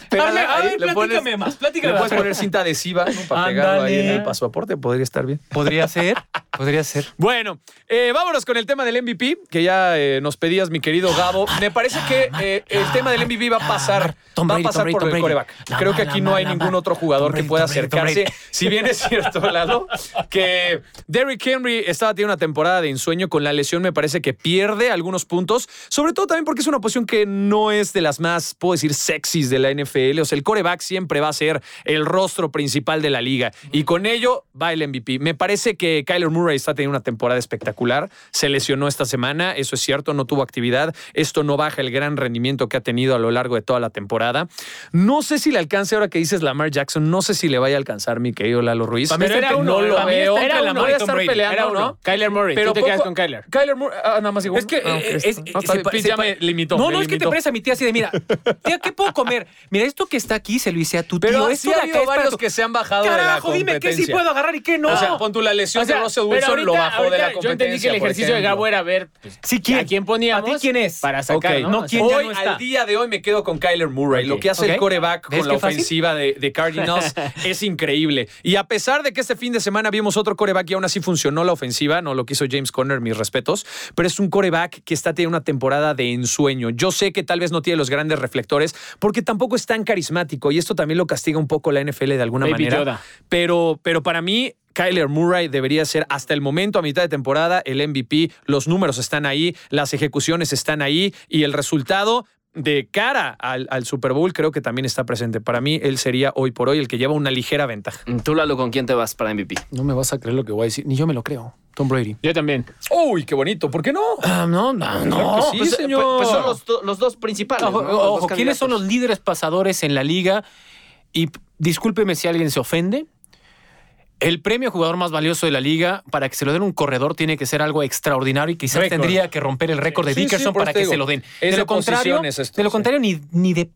Speaker 4: Pero
Speaker 5: Hazle- a
Speaker 4: ahí
Speaker 5: ver,
Speaker 4: le pones-
Speaker 5: platícame más, platícame
Speaker 4: Le puedes
Speaker 5: más.
Speaker 4: poner cinta adhesiva ¿no? para pegarlo ahí en
Speaker 5: Ándale.
Speaker 4: el pasaporte, podría estar bien.
Speaker 5: Podría ser, podría ser.
Speaker 4: Bueno, eh, vámonos con el tema del MVP, que ya eh, nos pedías, mi querido Gabo.
Speaker 5: Ah,
Speaker 4: Me parece que eh, el tema del MVP va a pasar,
Speaker 5: Tom
Speaker 4: va a
Speaker 5: Brady, Tom
Speaker 4: pasar
Speaker 5: Brady,
Speaker 4: por
Speaker 5: Tom
Speaker 4: el
Speaker 5: Brady.
Speaker 4: coreback.
Speaker 5: La
Speaker 4: Creo
Speaker 5: ma,
Speaker 4: que aquí
Speaker 5: la
Speaker 4: no
Speaker 5: ma,
Speaker 4: hay
Speaker 5: la
Speaker 4: ningún
Speaker 5: ma.
Speaker 4: otro jugador
Speaker 5: Tom
Speaker 4: que
Speaker 5: Brady,
Speaker 4: pueda
Speaker 5: Tom Brady, Tom
Speaker 4: acercarse.
Speaker 5: Brady.
Speaker 4: Si bien es cierto, Lalo, que Derrick Henry estaba teniendo una temporada de ensueño con la lesión, me parece que pierde algunos puntos, sobre todo también porque es una posición que no es de las más, puedo decir, sexys de la NFL. O sea, el coreback siempre va a ser el rostro principal de la liga y con ello va el MVP. Me parece que Kyler Murray está teniendo una temporada espectacular. Se lesionó esta semana, eso es cierto, no tuvo actividad. Esto no baja el gran rendimiento que ha tenido a lo largo de toda la temporada. No sé si le alcance ahora que dices Lamar Jackson, no sé si le vaya a alcanzar mi querido Lalo Ruiz.
Speaker 5: Para mí está entre-
Speaker 4: no
Speaker 5: no
Speaker 4: lo
Speaker 5: para mí
Speaker 4: veo.
Speaker 5: está entre
Speaker 4: Era
Speaker 5: Lamar
Speaker 4: uno.
Speaker 5: y
Speaker 4: Voy a
Speaker 5: Tom
Speaker 4: estar
Speaker 5: Brady. Era
Speaker 4: peleando,
Speaker 5: uno.
Speaker 4: ¿no?
Speaker 8: Kyler Murray.
Speaker 4: Pero
Speaker 8: tú te
Speaker 4: poco-
Speaker 8: quedas con Kyler.
Speaker 4: Kyler Murray, ah, nada más digo.
Speaker 5: Es que
Speaker 4: ah, ok,
Speaker 5: eh,
Speaker 4: está-
Speaker 5: es-
Speaker 4: no, está
Speaker 5: se
Speaker 4: bien.
Speaker 5: pa-
Speaker 4: Pete
Speaker 5: se
Speaker 4: ya
Speaker 5: pa-
Speaker 4: me limitó.
Speaker 5: No,
Speaker 4: me
Speaker 5: no es que te
Speaker 4: limitó.
Speaker 5: parece a mi tía así de, mira, tía, ¿qué puedo comer? Mira, esto que está aquí se lo hice a tu tío.
Speaker 4: Pero
Speaker 5: esto
Speaker 4: sí
Speaker 5: de
Speaker 4: ha
Speaker 5: acá
Speaker 4: habido
Speaker 5: es para
Speaker 4: varios
Speaker 5: tu-
Speaker 4: que se han bajado de la
Speaker 5: Carajo, dime qué sí
Speaker 4: competencia.
Speaker 5: puedo agarrar y qué no.
Speaker 4: O sea, pon tu la lesión
Speaker 8: O sea,
Speaker 4: de Russell
Speaker 8: pero
Speaker 4: Wilson lo
Speaker 8: ahorita-
Speaker 4: bajó de
Speaker 8: ahorita
Speaker 4: la competencia.
Speaker 8: Yo entendí que el
Speaker 4: por
Speaker 8: ejercicio de
Speaker 4: ejemplo.
Speaker 8: Gabo era ver pues,
Speaker 5: Sí, ¿quién?
Speaker 8: a quién poníamos.
Speaker 5: ¿Para ti quién es?
Speaker 8: Para sacar,
Speaker 4: Ok,
Speaker 8: ¿no?
Speaker 5: no,
Speaker 8: O sea,
Speaker 5: ¿quién? ya
Speaker 4: Hoy,
Speaker 5: está.
Speaker 4: al día de hoy, me quedo con Kyler Murray. Lo que hace el
Speaker 5: Ok.
Speaker 4: coreback
Speaker 5: ¿Ves
Speaker 4: con la
Speaker 5: qué fácil?
Speaker 4: ofensiva de, de Cardinals es increíble. Y a pesar de que este fin de semana vimos otro coreback y aún así funcionó la ofensiva, no lo quiso James Conner, mis respetos, pero es un coreback que está teniendo una temporada de ensueño. Yo sé que tal vez no tiene los grandes reflectores porque tampoco es tan carismático y esto también lo castiga un poco la NFL de alguna
Speaker 8: Baby
Speaker 4: manera.
Speaker 8: Yoda.
Speaker 4: Pero, pero para mí, Kyler Murray debería ser hasta el momento, a mitad de temporada, el MVP. Los números están ahí, las ejecuciones están ahí y el resultado de cara al, al Super Bowl creo que también está presente. Para mí, él sería hoy por hoy el que lleva una ligera ventaja.
Speaker 3: Mm, Tú, Lalo, ¿con quién te vas para MVP?
Speaker 5: No me vas a creer lo que voy a decir, ni yo me lo creo. Tom Brady.
Speaker 8: Yo también.
Speaker 4: ¡Uy, qué bonito! ¿Por qué no?
Speaker 5: Ah, no, no,
Speaker 4: Claro que
Speaker 5: no.
Speaker 4: sí,
Speaker 5: Pues,
Speaker 4: señor.
Speaker 3: Pues son los, do- los dos principales.
Speaker 5: Ojo,
Speaker 3: ¿no? Los dos
Speaker 5: ojo, ¿quiénes son los
Speaker 3: candidatos.
Speaker 5: líderes pasadores en la liga? Y p- discúlpeme si alguien se ofende. El premio jugador más valioso de la liga, para que se lo den un corredor, tiene que ser algo extraordinario y quizás
Speaker 4: Récord.
Speaker 5: tendría que romper el récord de
Speaker 4: Sí, sí,
Speaker 5: Dickerson
Speaker 4: por
Speaker 5: para
Speaker 4: eso te
Speaker 5: que
Speaker 4: digo.
Speaker 5: se lo den.
Speaker 4: Es
Speaker 5: de
Speaker 4: de
Speaker 5: lo contrario,
Speaker 4: posiciones esto,
Speaker 5: de lo
Speaker 4: sí.
Speaker 5: contrario ni, ni de.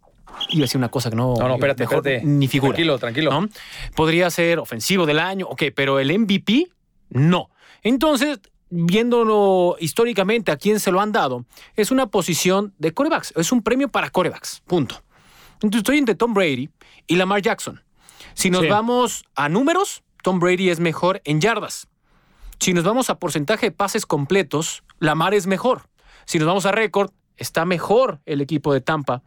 Speaker 5: Iba a decir una cosa que no.
Speaker 4: No, no, espérate,
Speaker 5: mejor
Speaker 4: espérate.
Speaker 5: Ni figura.
Speaker 4: Tranquilo, tranquilo.
Speaker 5: ¿no? Podría ser ofensivo del año, ok, pero el MVP, no. Entonces, viéndolo históricamente a quién se lo han dado, es una posición de corebacks, es un premio para corebacks, punto. Entonces, estoy entre Tom Brady y Lamar Jackson. Si nos
Speaker 8: Sí.
Speaker 5: vamos a números, Tom Brady es mejor en yardas. Si nos vamos a porcentaje de pases completos, Lamar es mejor. Si nos vamos a récord, está mejor el equipo de Tampa.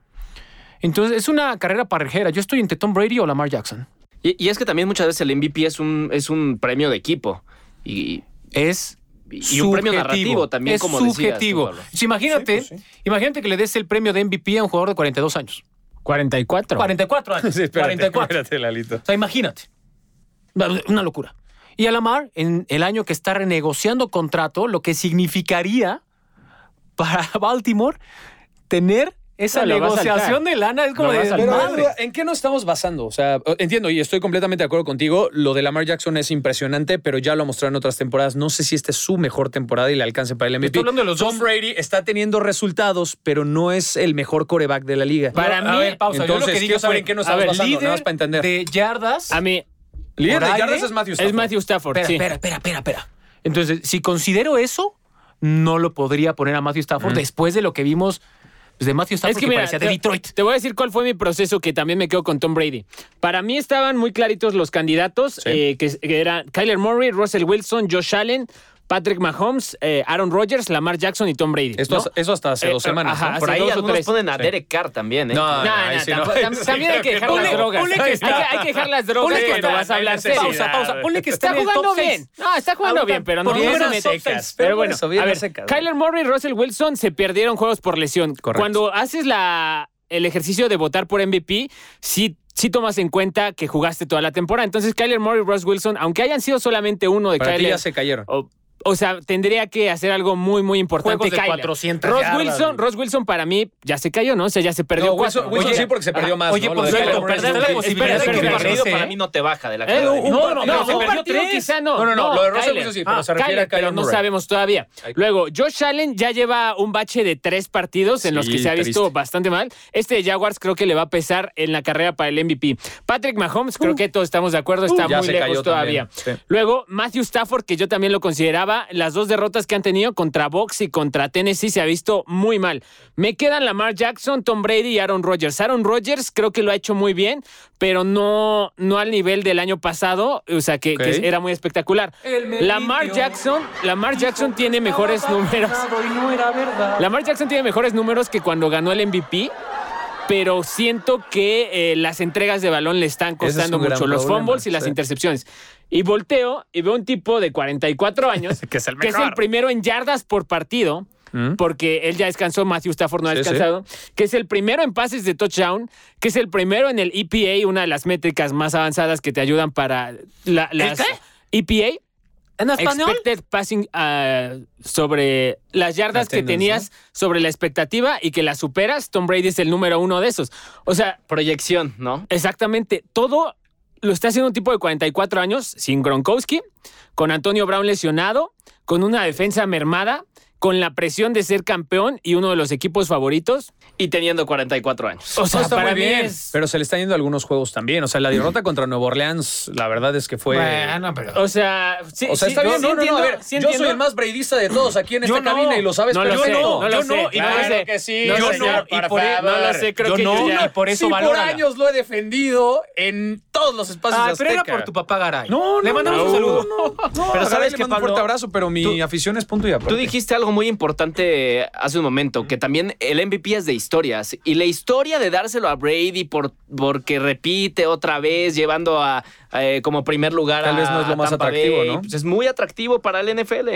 Speaker 5: Entonces, es una carrera parejera. Yo estoy entre Tom Brady o Lamar Jackson.
Speaker 3: Y, y es que también muchas veces el MVP es un, es un premio de equipo. Y,
Speaker 5: Es
Speaker 3: y un premio
Speaker 5: subjetivo.
Speaker 3: narrativo también,
Speaker 5: es
Speaker 3: como decías tú,
Speaker 5: subjetivo.
Speaker 3: Pablo.
Speaker 5: Sí, imagínate, imagínate que le des el premio de MVP a un jugador de 42 años.
Speaker 8: 44.
Speaker 5: 44 años.
Speaker 4: Sí, espérate,
Speaker 5: 44.
Speaker 4: espérate, Lalito.
Speaker 5: O sea, imagínate. Una locura. Y a Lamar, en el año que está renegociando contrato, lo que significaría para Baltimore tener esa
Speaker 8: No, lo va a
Speaker 5: negociación
Speaker 8: saltar.
Speaker 5: de lana es como
Speaker 8: Lo va a
Speaker 5: de
Speaker 8: saltar.
Speaker 4: Pero,
Speaker 5: madre.
Speaker 4: Eduardo, ¿en qué nos estamos basando? O sea, entiendo y estoy completamente de acuerdo contigo. Lo de Lamar Jackson es impresionante, pero ya lo mostraron en otras temporadas. No sé si esta es su mejor temporada y le alcance para el MVP.
Speaker 5: Estoy hablando de los
Speaker 4: Tom
Speaker 5: dos.
Speaker 4: Brady está teniendo resultados, pero no es el mejor coreback de la liga.
Speaker 5: Para
Speaker 8: Yo- a
Speaker 5: mí,
Speaker 8: ver,
Speaker 5: pausa.
Speaker 4: Entonces,
Speaker 5: yo lo que digo
Speaker 4: quiero
Speaker 5: es,
Speaker 4: saber
Speaker 5: a
Speaker 4: en qué nos
Speaker 5: a
Speaker 4: estamos
Speaker 5: ver,
Speaker 4: basando,
Speaker 5: líder
Speaker 4: nada más para entender.
Speaker 5: de yardas.
Speaker 8: A mí
Speaker 4: Líder de
Speaker 5: por
Speaker 4: yardas
Speaker 5: aire
Speaker 4: es Matthew Stafford.
Speaker 8: es Matthew Stafford.
Speaker 5: Espera,
Speaker 8: sí.
Speaker 5: espera, espera, espera, espera. Entonces, si considero eso, no lo podría poner a Matthew Stafford después de lo que vimos pues, de Matthew Stafford Mm. que,
Speaker 8: mira,
Speaker 5: parecía de
Speaker 8: te-
Speaker 5: Detroit.
Speaker 8: Te voy a decir cuál fue mi proceso, que también me quedo con Tom Brady. Para mí estaban muy claritos los candidatos, eh, que, que eran Kyler Murray, Russell Wilson, Josh Allen, Patrick Mahomes, eh, Aaron Rodgers, Lamar Jackson y Tom Brady.
Speaker 4: Esto,
Speaker 8: ¿no?
Speaker 4: Eso hasta hace
Speaker 8: Eh,
Speaker 4: dos semanas.
Speaker 8: ajá,
Speaker 4: ¿no?
Speaker 8: hace
Speaker 4: Por ahí.
Speaker 3: Por ahí
Speaker 8: dos o
Speaker 3: algunos
Speaker 8: tres.
Speaker 3: ponen a Derek Carr también, ¿eh?
Speaker 4: No, no,
Speaker 8: No,
Speaker 4: ahí
Speaker 8: no,
Speaker 4: sí no.
Speaker 8: tampoco- tam- también hay que dejar las
Speaker 4: Ponle-
Speaker 8: drogas.
Speaker 4: ponle que
Speaker 8: Hay-
Speaker 4: está-
Speaker 8: hay, que dejar las drogas.
Speaker 4: ponle que
Speaker 8: cuando
Speaker 4: está-
Speaker 8: vas a hablar
Speaker 4: no hay
Speaker 8: serio.
Speaker 4: necesidad.
Speaker 8: Pausa, pausa.
Speaker 4: Ponle
Speaker 5: que
Speaker 8: Está jugando bien. No, está jugando
Speaker 4: Ahorita,
Speaker 8: bien, pero no
Speaker 4: por
Speaker 8: no se
Speaker 4: buenas
Speaker 8: mete.
Speaker 4: secas, pero
Speaker 8: Pero bueno,
Speaker 4: por eso, bien
Speaker 8: a ver,
Speaker 4: secas.
Speaker 8: Kyler Murray y Russell Wilson se perdieron juegos por lesión.
Speaker 4: Correcto.
Speaker 8: Cuando haces la el ejercicio de votar por MVP, sí sí tomas en cuenta que jugaste toda la temporada. Entonces, Kyler Murray y Russell Wilson, aunque hayan sido solamente uno de
Speaker 4: Para ti
Speaker 8: Kyler,
Speaker 4: ya se cayeron.
Speaker 8: o, o sea, tendría que hacer algo muy, muy importante.
Speaker 5: Juegos de
Speaker 8: Kyler.
Speaker 5: 400
Speaker 8: Ross
Speaker 5: yardas, güey.
Speaker 8: Wilson, Ross Wilson para mí ya se cayó, ¿no? O sea, ya se perdió.
Speaker 4: No,
Speaker 8: cuatro,
Speaker 4: Wilson,
Speaker 8: ¿no?
Speaker 4: Wilson
Speaker 8: Oye,
Speaker 4: sí porque se perdió más.
Speaker 5: oye,
Speaker 4: ¿no? Lo
Speaker 5: por
Speaker 4: de
Speaker 5: cierto,
Speaker 4: Kyler Murray
Speaker 5: perder
Speaker 4: sí.
Speaker 5: la
Speaker 3: Pero
Speaker 5: posibilidad
Speaker 3: es
Speaker 5: de
Speaker 3: que
Speaker 5: que
Speaker 3: el partido
Speaker 5: regrese.
Speaker 3: para
Speaker 5: ¿eh?
Speaker 3: mí no te baja de la
Speaker 8: Eh,
Speaker 3: carrera.
Speaker 8: un- un
Speaker 5: No, no,
Speaker 8: partido- no,
Speaker 5: se
Speaker 8: un
Speaker 5: perdió
Speaker 8: partido
Speaker 5: tres.
Speaker 8: quizá no.
Speaker 4: No, no, no, lo de Russell
Speaker 8: Kyler.
Speaker 4: Wilson sí, pero se refiere
Speaker 8: Kyler,
Speaker 4: a Kyler
Speaker 8: pero no
Speaker 4: Murray.
Speaker 8: sabemos todavía. Luego, Josh Allen ya lleva un bache de tres partidos en los
Speaker 4: Sí,
Speaker 8: que se ha visto
Speaker 4: triste.
Speaker 8: bastante mal. Este de Jaguars creo que le va a pesar en la carrera para el MVP. Patrick Mahomes, creo que todos estamos de acuerdo, está
Speaker 4: Uh, ya
Speaker 8: muy
Speaker 4: se
Speaker 8: lejos
Speaker 4: cayó
Speaker 8: todavía.
Speaker 4: también, sí.
Speaker 8: Luego, Matthew Stafford, que yo también lo consideraba, las dos derrotas que han tenido contra Box y contra Tennessee se ha visto muy mal. Me quedan Lamar Jackson, Tom Brady y Aaron Rodgers. Aaron Rodgers creo que lo ha hecho muy bien, pero no, no al nivel del año pasado, o sea, que,
Speaker 4: Ok.
Speaker 8: que era muy espectacular.
Speaker 5: Él me
Speaker 8: Lamar
Speaker 5: mintió.
Speaker 8: Jackson, Lamar Jackson tiene mejores números.
Speaker 5: Y no era verdad.
Speaker 8: Lamar Jackson tiene mejores números que cuando ganó el MVP, pero siento que eh, las entregas de balón le están
Speaker 4: es
Speaker 8: costando
Speaker 4: un gran
Speaker 8: mucho, los
Speaker 4: problema,
Speaker 8: fumbles y las
Speaker 4: sí.
Speaker 8: intercepciones. Y volteo y veo un tipo de 44 años,
Speaker 4: Que es el mejor.
Speaker 8: primero en yardas por partido,
Speaker 4: ¿Mm?
Speaker 8: porque él ya descansó, Matthew Stafford no ha
Speaker 4: Sí, sí.
Speaker 8: descansado, que es el primero en pases de touchdown, que es el primero en el EPA, una de las métricas más avanzadas que te ayudan para la, las... E EPA,
Speaker 5: ¿En español?
Speaker 8: Expected passing ah, sobre las yardas que
Speaker 4: Attendance,
Speaker 8: tenías sobre la expectativa y que las superas. Tom Brady es el número uno de esos. O sea,
Speaker 3: Proyección, ¿no?
Speaker 8: exactamente todo lo está haciendo un tipo de 44 años sin Gronkowski, con Antonio Brown lesionado, con una defensa mermada, con la presión de ser campeón y uno de los equipos favoritos.
Speaker 3: Y teniendo 44 años.
Speaker 8: O sea,
Speaker 4: No, Oh, está
Speaker 8: para
Speaker 4: muy
Speaker 8: mí
Speaker 4: bien,
Speaker 8: es-
Speaker 4: pero se le están yendo algunos juegos también. O sea, la derrota contra Nueva Orleans, la verdad es que fue.
Speaker 5: Bueno, pero.
Speaker 8: O sea, sí,
Speaker 4: o sea,
Speaker 8: sí,
Speaker 4: está
Speaker 8: yo
Speaker 4: bien,
Speaker 8: sí
Speaker 4: no, no, no, a
Speaker 8: entiendo-
Speaker 4: ver, yo
Speaker 8: sí entiendo-
Speaker 4: soy el más braidista de todos aquí en
Speaker 5: Yo
Speaker 4: esta
Speaker 5: no.
Speaker 4: cabina y lo sabes
Speaker 8: No lo sé,
Speaker 4: perfecto.
Speaker 8: no,
Speaker 4: yo
Speaker 8: lo sé,
Speaker 4: no, y no
Speaker 8: claro
Speaker 4: lo sé.
Speaker 8: que sí,
Speaker 4: yo
Speaker 8: no,
Speaker 4: no,
Speaker 8: señor,
Speaker 4: y
Speaker 8: por
Speaker 4: por
Speaker 8: favor.
Speaker 4: no lo sé, creo
Speaker 5: Yo
Speaker 8: que
Speaker 5: no,
Speaker 8: yo ya-
Speaker 5: y por eso
Speaker 4: sí, por
Speaker 5: valórala.
Speaker 4: años lo he defendido en todos los espacios
Speaker 5: Ah,
Speaker 4: de
Speaker 5: pero era
Speaker 4: Azteca.
Speaker 5: por tu papá Garay.
Speaker 4: No, no,
Speaker 5: Le mandamos
Speaker 4: no,
Speaker 5: un saludo.
Speaker 4: no, no, no,
Speaker 3: Pero
Speaker 4: a
Speaker 3: ¿sabes
Speaker 4: Garay le
Speaker 3: qué,
Speaker 4: mando un fuerte
Speaker 3: Pablo?
Speaker 4: abrazo, pero mi
Speaker 3: Tú-
Speaker 4: afición es punto y aparte.
Speaker 3: Tú dijiste algo muy importante hace un momento, que también el MVP es de historias. Y la historia de dárselo a Brady por, porque repite otra vez, llevando a, eh, como primer lugar
Speaker 4: Tal
Speaker 3: a
Speaker 4: vez no es lo más
Speaker 3: Tampa
Speaker 4: atractivo,
Speaker 3: Bay,
Speaker 4: ¿no?
Speaker 3: pues es muy atractivo para el NFL.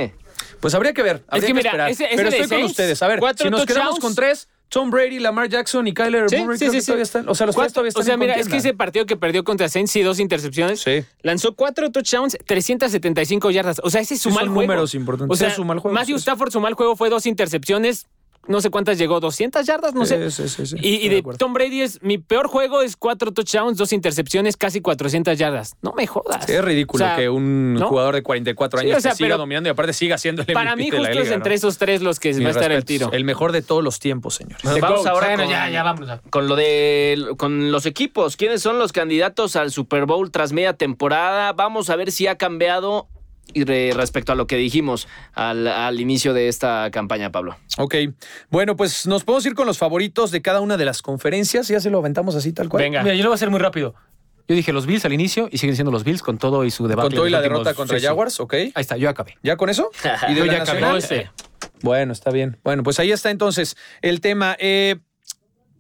Speaker 4: Pues habría que ver, habría
Speaker 8: que
Speaker 4: que,
Speaker 8: mira,
Speaker 4: esperar.
Speaker 8: ese- ese
Speaker 4: pero
Speaker 8: de
Speaker 4: estoy con
Speaker 8: seis,
Speaker 4: ustedes. A ver,
Speaker 8: cuatro
Speaker 4: si nos quedamos
Speaker 8: touchdowns.
Speaker 4: con tres, Tom Brady, Lamar Jackson y Kyler
Speaker 8: Sí,
Speaker 4: Murray
Speaker 8: sí,
Speaker 4: creo
Speaker 8: sí,
Speaker 4: que
Speaker 8: sí.
Speaker 4: todavía están, o sea, los tres
Speaker 8: Cuatro-
Speaker 4: todavía están
Speaker 8: o sea,
Speaker 4: en
Speaker 8: mira, es que
Speaker 4: contienda.
Speaker 8: ese partido que perdió contra Saints y dos intercepciones,
Speaker 4: Sí.
Speaker 8: lanzó cuatro touchdowns, 375 yardas. O sea, ese es su
Speaker 4: Sí,
Speaker 8: mal
Speaker 4: son
Speaker 8: juego.
Speaker 4: números importantes.
Speaker 8: O sea,
Speaker 4: Es su mal juego,
Speaker 8: Matthew
Speaker 4: sí, sí.
Speaker 8: Stafford, su mal juego fue dos intercepciones, no sé cuántas llegó, 200 yardas, no sé.
Speaker 4: Sí, sí, sí, sí,
Speaker 8: Y, y
Speaker 4: estoy de
Speaker 8: de
Speaker 4: acuerdo.
Speaker 8: Tom Brady es mi peor juego es cuatro touchdowns, dos intercepciones, casi 400 yardas. No me jodas.
Speaker 4: Sí, es ridículo
Speaker 8: O sea,
Speaker 4: que un
Speaker 8: ¿no?
Speaker 4: jugador de 44
Speaker 8: Sí,
Speaker 4: años
Speaker 8: o sea,
Speaker 4: que siga
Speaker 8: pero-
Speaker 4: dominando y aparte siga siendo el MVP
Speaker 8: Para mí
Speaker 4: de la
Speaker 8: justo
Speaker 4: liga,
Speaker 8: es
Speaker 4: ¿no?
Speaker 8: entre esos tres los que
Speaker 4: Mis
Speaker 8: va a estar el
Speaker 4: respetos.
Speaker 8: tiro.
Speaker 4: El mejor de todos los tiempos, señores.
Speaker 3: Vamos ahora
Speaker 5: Bueno,
Speaker 3: con-
Speaker 5: ya, ya, vámonos.
Speaker 3: con lo de con los equipos, ¿quiénes son los candidatos al Super Bowl tras media temporada? Vamos a ver si ha cambiado y re- respecto a lo que dijimos al, al inicio de esta campaña, Pablo.
Speaker 4: Ok. Bueno, pues nos podemos ir con los favoritos de cada una de las conferencias. Ya se lo aventamos así tal cual.
Speaker 8: Venga.
Speaker 5: Mira, yo lo voy a hacer muy rápido. Yo dije los Bills al inicio y siguen siendo los Bills con todo y su debate.
Speaker 4: Con todo y la derrota contra Jaguars, ok.
Speaker 5: Ahí está, yo acabé.
Speaker 4: ¿Ya con eso? ¿Y de
Speaker 5: Yo
Speaker 4: la
Speaker 5: ya acabé.
Speaker 4: nacional? Bueno, está bien. Bueno, pues ahí está entonces el tema. Eh,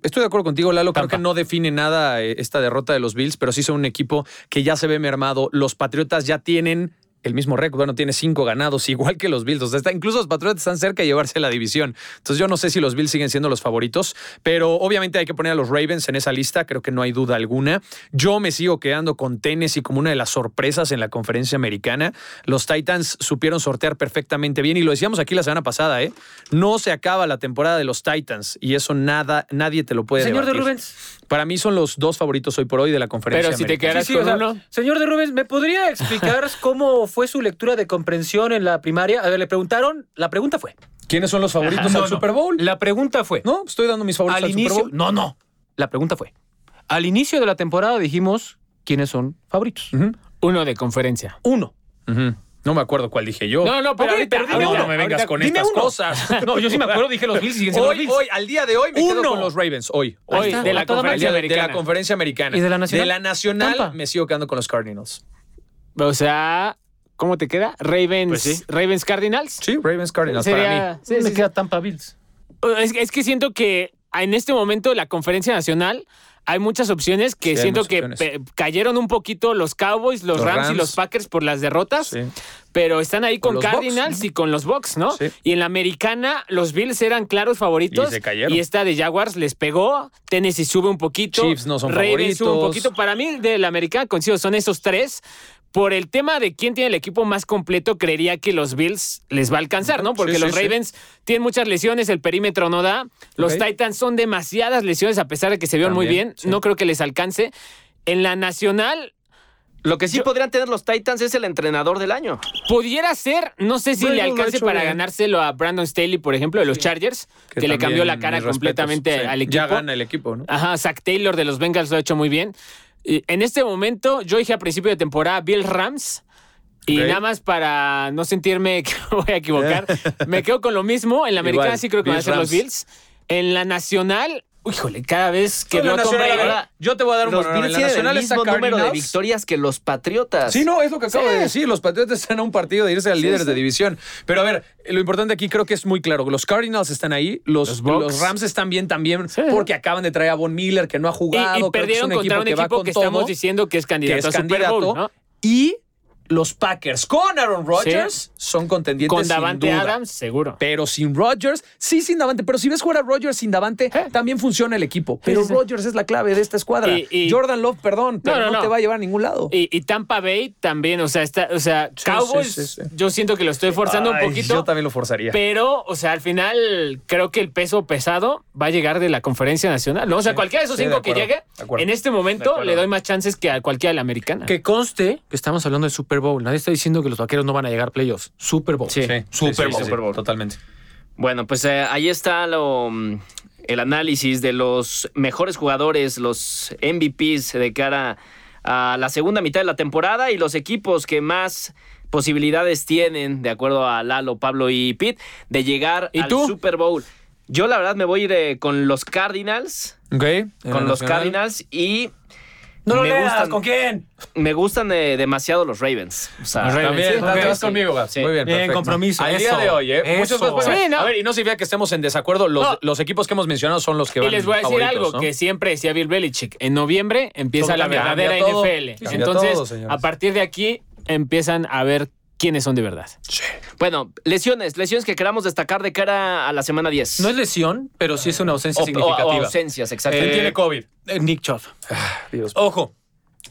Speaker 4: Estoy de acuerdo contigo, Lalo.
Speaker 5: Tampa.
Speaker 4: Creo que no define nada eh, esta derrota de los Bills, pero sí son un equipo que ya se ve mermado. Los Patriotas ya tienen el mismo récord. Bueno, tiene cinco ganados, igual que los Bills. O sea, está- incluso los Patriotas están cerca de llevarse la división. Entonces, yo no sé si los Bills siguen siendo los favoritos, pero obviamente hay que poner a los Ravens en esa lista. Creo que no hay duda alguna. Yo me sigo quedando con Tennessee como una de las sorpresas en la conferencia americana. Los Titans supieron sortear perfectamente bien y lo decíamos aquí la semana pasada, ¿eh? No se acaba la temporada de los Titans y eso nada, nadie te lo puede
Speaker 5: Señor de
Speaker 4: debatir.
Speaker 5: Rubens.
Speaker 4: Para mí son los dos favoritos hoy por hoy de la conferencia.
Speaker 8: Pero si te
Speaker 4: americana.
Speaker 8: quedaras
Speaker 5: Sí, sí,
Speaker 8: con
Speaker 5: o sea,
Speaker 8: uno.
Speaker 5: Señor de Rubens, ¿me podría explicar cómo fue su lectura de comprensión en la primaria? A ver, le preguntaron, la pregunta fue.
Speaker 4: ¿Quiénes son los favoritos
Speaker 5: No,
Speaker 4: al
Speaker 5: no.
Speaker 4: Super Bowl?
Speaker 5: La pregunta fue.
Speaker 4: No, estoy dando mis favoritos
Speaker 5: al
Speaker 4: al, Super
Speaker 5: inicio.
Speaker 4: Bowl.
Speaker 5: No, no. La pregunta fue. Al inicio de la temporada dijimos quiénes son favoritos.
Speaker 4: Ujú,
Speaker 8: Uno de conferencia.
Speaker 5: Uno.
Speaker 4: ujú. No me acuerdo cuál dije yo.
Speaker 8: No, no, pero
Speaker 5: Ok,
Speaker 8: ahorita,
Speaker 5: pero dime
Speaker 8: ahorita,
Speaker 5: uno,
Speaker 4: no me vengas
Speaker 8: ahorita.
Speaker 4: con
Speaker 5: dime
Speaker 4: estas
Speaker 5: uno.
Speaker 4: cosas.
Speaker 5: No, yo sí me acuerdo, dije los Bills y siguen siendo los
Speaker 4: Hoy,
Speaker 5: Bills.
Speaker 4: hoy, al día de hoy me quedo
Speaker 5: Uno.
Speaker 4: con los Ravens. Hoy.
Speaker 5: Ahí
Speaker 8: Hoy,
Speaker 5: está,
Speaker 8: de
Speaker 5: a
Speaker 8: la
Speaker 5: toda
Speaker 4: Al día
Speaker 8: conferencia
Speaker 4: de- de
Speaker 8: americana.
Speaker 4: la conferencia americana.
Speaker 5: ¿Y de la nacional?
Speaker 4: De la nacional
Speaker 5: Tampa.
Speaker 4: me sigo quedando con los Cardinals.
Speaker 8: O sea, ¿Cómo te queda? Ravens,
Speaker 3: Pues sí.
Speaker 8: Ravens Cardinals.
Speaker 4: Sí, Ravens Cardinals para mí.
Speaker 8: Sería- sí, sí,
Speaker 5: me
Speaker 8: sí.
Speaker 5: queda Tampa Bills.
Speaker 8: Es, es que siento que en este momento la conferencia nacional hay muchas opciones que
Speaker 4: Sí, hay
Speaker 8: siento
Speaker 4: muchas
Speaker 8: que
Speaker 4: opciones.
Speaker 8: pe- cayeron un poquito los Cowboys, los,
Speaker 4: Los
Speaker 8: Rams, y
Speaker 4: Rams.
Speaker 8: los Packers por las derrotas,
Speaker 4: Sí.
Speaker 8: pero están ahí con
Speaker 4: los Bucks,
Speaker 8: Cardinals
Speaker 4: ¿no?
Speaker 8: y con los Bucks, ¿no?
Speaker 4: Sí.
Speaker 8: Y en la americana los Bills eran claros favoritos
Speaker 4: Y se cayeron.
Speaker 8: esta de Jaguars les pegó, Tennessee sube un poquito,
Speaker 4: Chiefs no son
Speaker 8: Ravens sube un
Speaker 4: favoritos.
Speaker 8: poquito, para mí de la americana coincido, son esos tres. Por el tema de quién tiene el equipo más completo, creería que los Bills les va a alcanzar, ¿no? Porque
Speaker 4: Sí, sí,
Speaker 8: los
Speaker 4: sí.
Speaker 8: Ravens tienen muchas lesiones, el perímetro no da. Los
Speaker 4: Ok.
Speaker 8: Titans son demasiadas lesiones, a pesar de que se vieron muy
Speaker 4: También,
Speaker 8: bien.
Speaker 4: sí.
Speaker 8: No creo que les alcance. En la nacional,
Speaker 3: Lo que sí podrían tener los Titans es el entrenador del año.
Speaker 8: pudiera ser, no sé si
Speaker 4: Bueno, eh.
Speaker 8: le
Speaker 4: lo ha
Speaker 8: alcance
Speaker 4: hecho
Speaker 8: para
Speaker 4: bien.
Speaker 8: ganárselo a Brandon Staley, por ejemplo, de los Chargers, que, le
Speaker 4: también,
Speaker 8: cambió la cara
Speaker 4: mis respetos,
Speaker 8: completamente
Speaker 4: sí.
Speaker 8: al equipo.
Speaker 4: Ya gana el equipo, ¿no?
Speaker 8: Ajá, Zach Taylor de los Bengals lo ha hecho muy bien. Y en este momento, yo dije a principio de temporada Bill Rams. Y
Speaker 4: Ok.
Speaker 8: nada más para no sentirme que me voy a equivocar, me quedo con lo mismo. En la americana
Speaker 4: Igual,
Speaker 8: sí creo que van a
Speaker 4: Bills,
Speaker 8: ser los
Speaker 4: Rams.
Speaker 8: Bills. En la nacional, híjole, cada vez que
Speaker 4: En la
Speaker 8: veo a Tom
Speaker 4: nacional,
Speaker 8: Brady-
Speaker 4: la verdad, Yo te voy a dar un
Speaker 3: Los
Speaker 4: panorama.
Speaker 3: Bills
Speaker 4: En la
Speaker 3: tienen el
Speaker 4: nacional está
Speaker 3: mismo número de
Speaker 4: Cardinals.
Speaker 3: victorias que los Patriotas.
Speaker 4: Sí, no, es lo que acabo de decir. Los Patriotas están a un partido de irse al líderes de división. Pero a ver, lo importante aquí creo que es muy claro. Los Cardinals están ahí, los,
Speaker 8: Los Bucks.
Speaker 4: los Rams están bien también porque acaban de traer a Von Miller que no ha
Speaker 8: y-
Speaker 4: jugado.
Speaker 8: y,
Speaker 4: creo que
Speaker 8: perdieron
Speaker 4: es un
Speaker 8: contra un
Speaker 4: que va
Speaker 8: equipo
Speaker 4: con
Speaker 8: que
Speaker 4: todo,
Speaker 8: estamos diciendo que es
Speaker 4: que
Speaker 8: candidato
Speaker 4: es
Speaker 8: a Super
Speaker 4: candidato.
Speaker 8: Bowl, ¿no?
Speaker 4: Y los Packers con Aaron Rodgers son contendientes
Speaker 8: Con
Speaker 4: sin
Speaker 8: Davante
Speaker 4: duda.
Speaker 8: Adams, seguro.
Speaker 4: Pero sin Rodgers, sí sin Davante, pero si ves jugar a Rodgers sin Davante,
Speaker 8: Eh.
Speaker 4: también funciona el equipo. Pero Rodgers es la clave de esta escuadra.
Speaker 8: Y- y-
Speaker 4: Jordan Love, perdón, pero no,
Speaker 8: no, no.
Speaker 4: te va a llevar a ningún lado.
Speaker 8: Y, y Tampa Bay también, o sea, está, o sea, Cowboys,
Speaker 4: sí, sí, sí.
Speaker 8: yo siento que lo estoy forzando
Speaker 4: Ay,
Speaker 8: un poquito.
Speaker 4: Yo también lo forzaría.
Speaker 8: Pero, o sea, al final creo que el peso pesado va a llegar de la conferencia nacional, ¿no? O sea, cualquiera de esos
Speaker 4: sí, de
Speaker 8: cinco que
Speaker 4: acuerdo,
Speaker 8: llegue,
Speaker 4: de acuerdo.
Speaker 8: en este momento le doy más chances que a cualquiera de la americana.
Speaker 5: Que conste que estamos hablando de Super Bowl. Nadie está diciendo que los vaqueros no van a llegar a playoffs. Super Bowl.
Speaker 3: Sí.
Speaker 4: Super
Speaker 3: Bowl. Super Bowl.
Speaker 4: Totalmente.
Speaker 3: Bueno, pues eh, ahí está lo, mm, el análisis de los mejores jugadores, los MVPs de cara a la segunda mitad de la temporada y los equipos que más posibilidades tienen, de acuerdo a Lalo, Pablo y Pete, de llegar
Speaker 8: ¿Y
Speaker 3: al
Speaker 8: tú?
Speaker 3: Super Bowl. Yo la verdad me voy a ir eh, con los Cardinals, con los Cardinals y me gustan,
Speaker 4: quién?
Speaker 3: me gustan eh, demasiado los Ravens. O sea,
Speaker 8: Los Ravens.
Speaker 4: También,
Speaker 8: Sí,
Speaker 4: Ah, también
Speaker 8: ok,
Speaker 4: vas
Speaker 3: sí.
Speaker 4: conmigo, Gabs.
Speaker 3: Sí.
Speaker 4: Muy bien,
Speaker 5: Bien,
Speaker 4: perfecto.
Speaker 5: compromiso,
Speaker 4: Al
Speaker 5: eso,
Speaker 4: día de hoy, ¿eh?
Speaker 5: eso.
Speaker 4: Muchas gracias.
Speaker 8: Sí, no.
Speaker 4: A ver, y no significa que estemos en desacuerdo. Los,
Speaker 8: No.
Speaker 4: los equipos que hemos mencionado son los que van
Speaker 8: y les voy a decir
Speaker 4: favoritos,
Speaker 8: algo
Speaker 4: ¿no?
Speaker 8: que siempre decía Bill Belichick. En noviembre empieza
Speaker 4: Todo
Speaker 8: la
Speaker 4: cambia, cambia
Speaker 8: verdadera
Speaker 4: todo.
Speaker 8: NFL.
Speaker 4: Cambia
Speaker 8: Entonces,
Speaker 4: todo, señores.
Speaker 8: a partir de aquí empiezan a ver quiénes son de verdad.
Speaker 3: Bueno, lesiones, lesiones que queramos destacar de cara a la semana 10.
Speaker 5: No es lesión, pero sí es una ausencia
Speaker 3: O-
Speaker 5: significativa.
Speaker 3: o ausencias, exacto.
Speaker 4: ¿Quién
Speaker 5: Eh,
Speaker 4: tiene COVID?
Speaker 5: Eh, Nick Chubb.
Speaker 4: Dios.
Speaker 5: Ojo,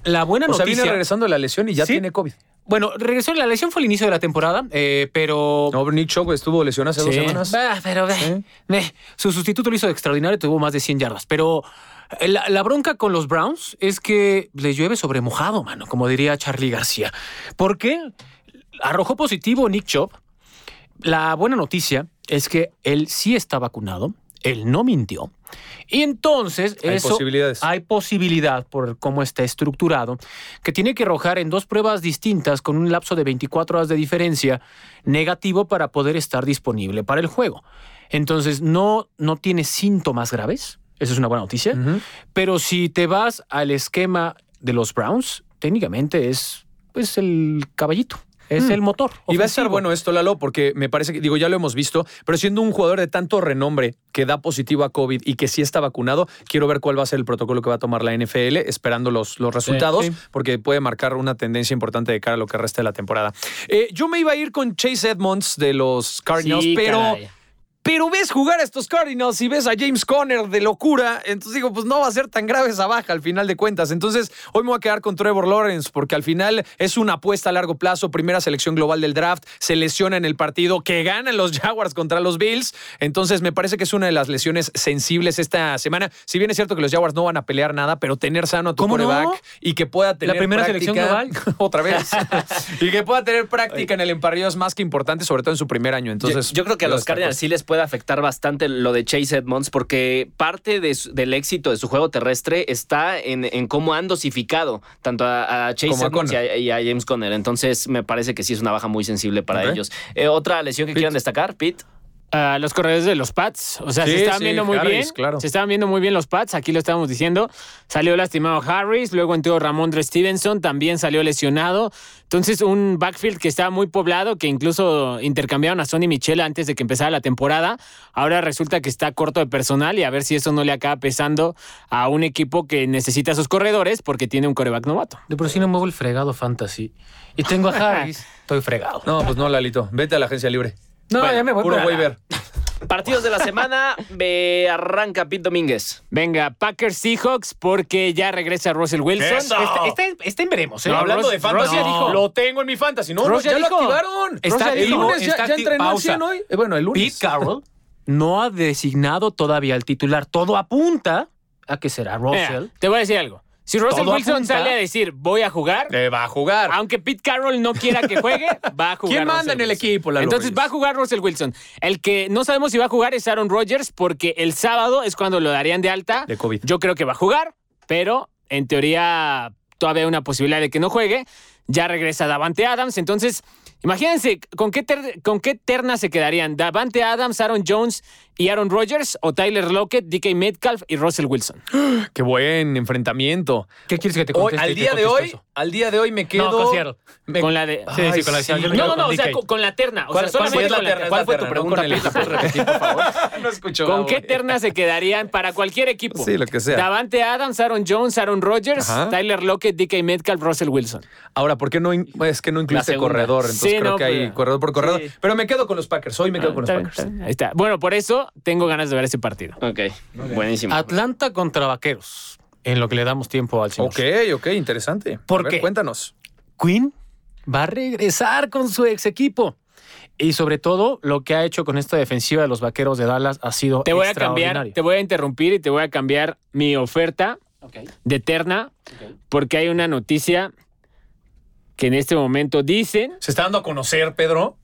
Speaker 5: la buena
Speaker 4: O sea, viene
Speaker 5: noticia.
Speaker 4: regresando de la lesión y ya
Speaker 5: Sí.
Speaker 4: tiene COVID.
Speaker 5: Bueno, regresó la lesión fue el inicio de la temporada, eh, pero.
Speaker 4: No, Nick Chubb estuvo lesionado hace dos
Speaker 5: Sí.
Speaker 4: semanas.
Speaker 5: Bah, pero bah, bah. su sustituto lo hizo extraordinario, tuvo más de 100 yardas. Pero eh, la, la bronca con los Browns es que les llueve sobre mojado, mano, como diría Charlie García. ¿Por qué? Arrojó positivo Nick Chubb. La buena noticia es que él sí está vacunado, él no mintió. Y entonces
Speaker 4: Hay
Speaker 5: eso
Speaker 4: posibilidades.
Speaker 5: hay posibilidad por cómo está estructurado que tiene que arrojar en dos pruebas distintas con un lapso de 24 horas de diferencia negativo para poder estar disponible para el juego. Entonces no no tiene síntomas graves, esa es una buena noticia,
Speaker 4: Ujú.
Speaker 5: pero si te vas al esquema de los Browns, técnicamente es pues el caballito, es el motor.
Speaker 4: Mm. Y va a estar
Speaker 5: ofensivo.
Speaker 4: bueno esto, Lalo, porque me parece que, digo, ya lo hemos visto, pero siendo un jugador de tanto renombre que da positivo a COVID y que sí está vacunado, quiero ver cuál va a ser el protocolo que va a tomar la NFL, esperando los, los resultados, porque puede marcar una tendencia importante de cara a lo que resta de la temporada. Eh, yo me iba a ir con Chase Edmonds de los Cardinals,
Speaker 8: Sí,
Speaker 4: pero.
Speaker 8: caray.
Speaker 4: Pero ves jugar a estos Cardinals y ves a James Conner de locura, entonces digo, pues no va a ser tan grave esa baja al final de cuentas. Entonces, hoy me voy a quedar con Trevor Lawrence porque al final es una apuesta a largo plazo, primera selección global del draft, se lesiona en el partido que ganan los Jaguars contra los Bills. Entonces, me parece que es una de las lesiones sensibles esta semana. Si bien es cierto que los Jaguars no van a pelear nada, pero tener sano a tu
Speaker 5: ¿Cómo no?
Speaker 4: quarterback y que pueda tener
Speaker 5: primera
Speaker 4: práctica-
Speaker 5: selección global?
Speaker 4: otra vez y que pueda tener práctica en el emparrido es más que importante, sobre todo en su primer año. Entonces,
Speaker 3: yo, yo creo que a
Speaker 4: lo
Speaker 3: los
Speaker 4: destaco.
Speaker 3: Cardinals sí les puede afectar bastante lo de Chase Edmonds porque parte de su- del éxito de su juego terrestre está en, en cómo han dosificado tanto a, a Chase
Speaker 4: Como a
Speaker 3: Edmonds y
Speaker 4: Conner.
Speaker 3: a, y a James Conner. Entonces me parece que sí es una baja muy sensible para
Speaker 4: Ok.
Speaker 3: ellos. Eh, Otra lesión que quieran destacar, Pete.
Speaker 8: a ah, los corredores de los Pats. O sea,
Speaker 4: Sí,
Speaker 8: se estaban
Speaker 4: sí,
Speaker 8: viendo muy
Speaker 4: Harris,
Speaker 8: bien.
Speaker 4: claro.
Speaker 8: Se estaban viendo muy bien los Pats, aquí lo estábamos diciendo. Salió lastimado Harris, luego entró Ramondre Stevenson, también salió lesionado. Entonces, un backfield que estaba muy poblado, que incluso intercambiaron a Sonny Michel antes de que empezara la temporada. Ahora resulta que está corto de personal y a ver si eso no le acaba pesando a un equipo que necesita sus corredores porque tiene un coreback novato.
Speaker 5: De por sí no muevo el fregado fantasy. Y tengo a Harris, estoy fregado.
Speaker 4: No, pues no, Lalito. Vete a la agencia libre.
Speaker 5: No, ya me voy
Speaker 4: Puro
Speaker 5: para-
Speaker 4: waiver.
Speaker 3: Partidos de la semana, me arranca Pete Domínguez.
Speaker 8: Venga, Packers Seahawks porque ya regresa Russell Wilson. Este,
Speaker 5: Está, está- está en veremos, ¿eh?
Speaker 8: No,
Speaker 4: Hablando
Speaker 8: Ross-
Speaker 4: de fantasy,
Speaker 8: Ross ya dijo.
Speaker 4: lo tengo en mi fantasy. No,
Speaker 8: Ross
Speaker 4: no, ya,
Speaker 8: ya
Speaker 4: lo
Speaker 8: dijo.
Speaker 4: activaron.
Speaker 5: Está
Speaker 4: Ross ya- el
Speaker 5: activo,
Speaker 4: lunes ya,
Speaker 5: está
Speaker 4: ya
Speaker 5: acti-
Speaker 4: entrenó al
Speaker 5: pausa.
Speaker 4: 100 hoy. Eh, bueno, el lunes.
Speaker 5: Pete Carroll no ha designado todavía al titular. Todo apunta a que será
Speaker 8: Mira,
Speaker 5: Russell.
Speaker 8: te voy a decir algo. Si Russell
Speaker 5: Todo
Speaker 8: Wilson
Speaker 5: apunta.
Speaker 8: sale a decir voy a jugar,
Speaker 4: Eh, va a jugar.
Speaker 8: aunque Pete Carroll no quiera que juegue, va a jugar.
Speaker 4: ¿Quién manda
Speaker 8: Russell
Speaker 4: en el
Speaker 8: Wilson.
Speaker 4: equipo, Lalo
Speaker 8: Entonces
Speaker 4: Reyes?
Speaker 8: va a jugar Russell Wilson. El que no sabemos si va a jugar es Aaron Rodgers porque el sábado es cuando lo darían de alta.
Speaker 4: De COVID.
Speaker 8: Yo creo que va a jugar, pero en teoría todavía hay una posibilidad de que no juegue. Ya regresa Davante Adams, entonces imagínense con qué, ter- con qué terna se quedarían Davante Adams, Aaron Jones y Aaron Rodgers o Tyler Lockett, DK Metcalf y Russell Wilson.
Speaker 4: Qué buen enfrentamiento.
Speaker 5: ¿Qué quieres que te
Speaker 4: Hoy,
Speaker 5: conteste?
Speaker 4: al día de hoy, al día de hoy me quedo.
Speaker 5: con Seattle.
Speaker 4: me-
Speaker 8: Con la de...
Speaker 5: Sí, sí, con la de Seattle. Yo me
Speaker 8: No,
Speaker 5: quedo
Speaker 8: no, no,
Speaker 5: con
Speaker 8: o sea,
Speaker 5: DK.
Speaker 8: con, con la terna. O sea,
Speaker 4: ¿Cuál- cuál
Speaker 8: solamente
Speaker 4: fue
Speaker 8: con la
Speaker 4: la
Speaker 8: terna.
Speaker 4: terna?
Speaker 8: ¿Cuál fue tu
Speaker 4: Es la
Speaker 8: pregunta?
Speaker 4: terna,
Speaker 8: Pete?
Speaker 4: no escuchó.
Speaker 8: ¿Con qué terna se quedarían para cualquier equipo?
Speaker 4: Sí, lo que sea.
Speaker 8: Davante Adams, Aaron Jones, Aaron Rodgers,
Speaker 4: Ajá.
Speaker 8: Tyler Lockett, DK Metcalf, Russell Wilson.
Speaker 4: Ahora, ¿por qué no in- es que no incluiste
Speaker 3: segunda.
Speaker 4: corredor? Entonces
Speaker 8: Sí,
Speaker 4: creo
Speaker 8: no,
Speaker 4: que hay
Speaker 8: pero-
Speaker 4: corredor por corredor.
Speaker 3: Sí.
Speaker 4: Pero me quedo con los Packers. Hoy me quedo con los
Speaker 8: Ah, Está bien,
Speaker 4: Packers.
Speaker 8: está bien. Ahí está. Bueno, por eso tengo ganas de ver ese partido.
Speaker 3: Ok, buenísimo.
Speaker 4: Ah,
Speaker 5: Atlanta contra Vaqueros. En lo que le damos tiempo al señor.
Speaker 4: Ok, ok, interesante.
Speaker 5: ¿Por
Speaker 4: A ver,
Speaker 5: qué?
Speaker 4: Cuéntanos.
Speaker 5: Quinn va a regresar con su ex equipo. Y sobre todo, lo que ha hecho con esta defensiva de los vaqueros de Dallas ha sido
Speaker 8: Te voy a cambiar,
Speaker 5: extraordinario.
Speaker 8: te voy a interrumpir y te voy a cambiar mi oferta de terna porque hay una noticia que en este momento dicen
Speaker 4: Se está dando a conocer, Pedro.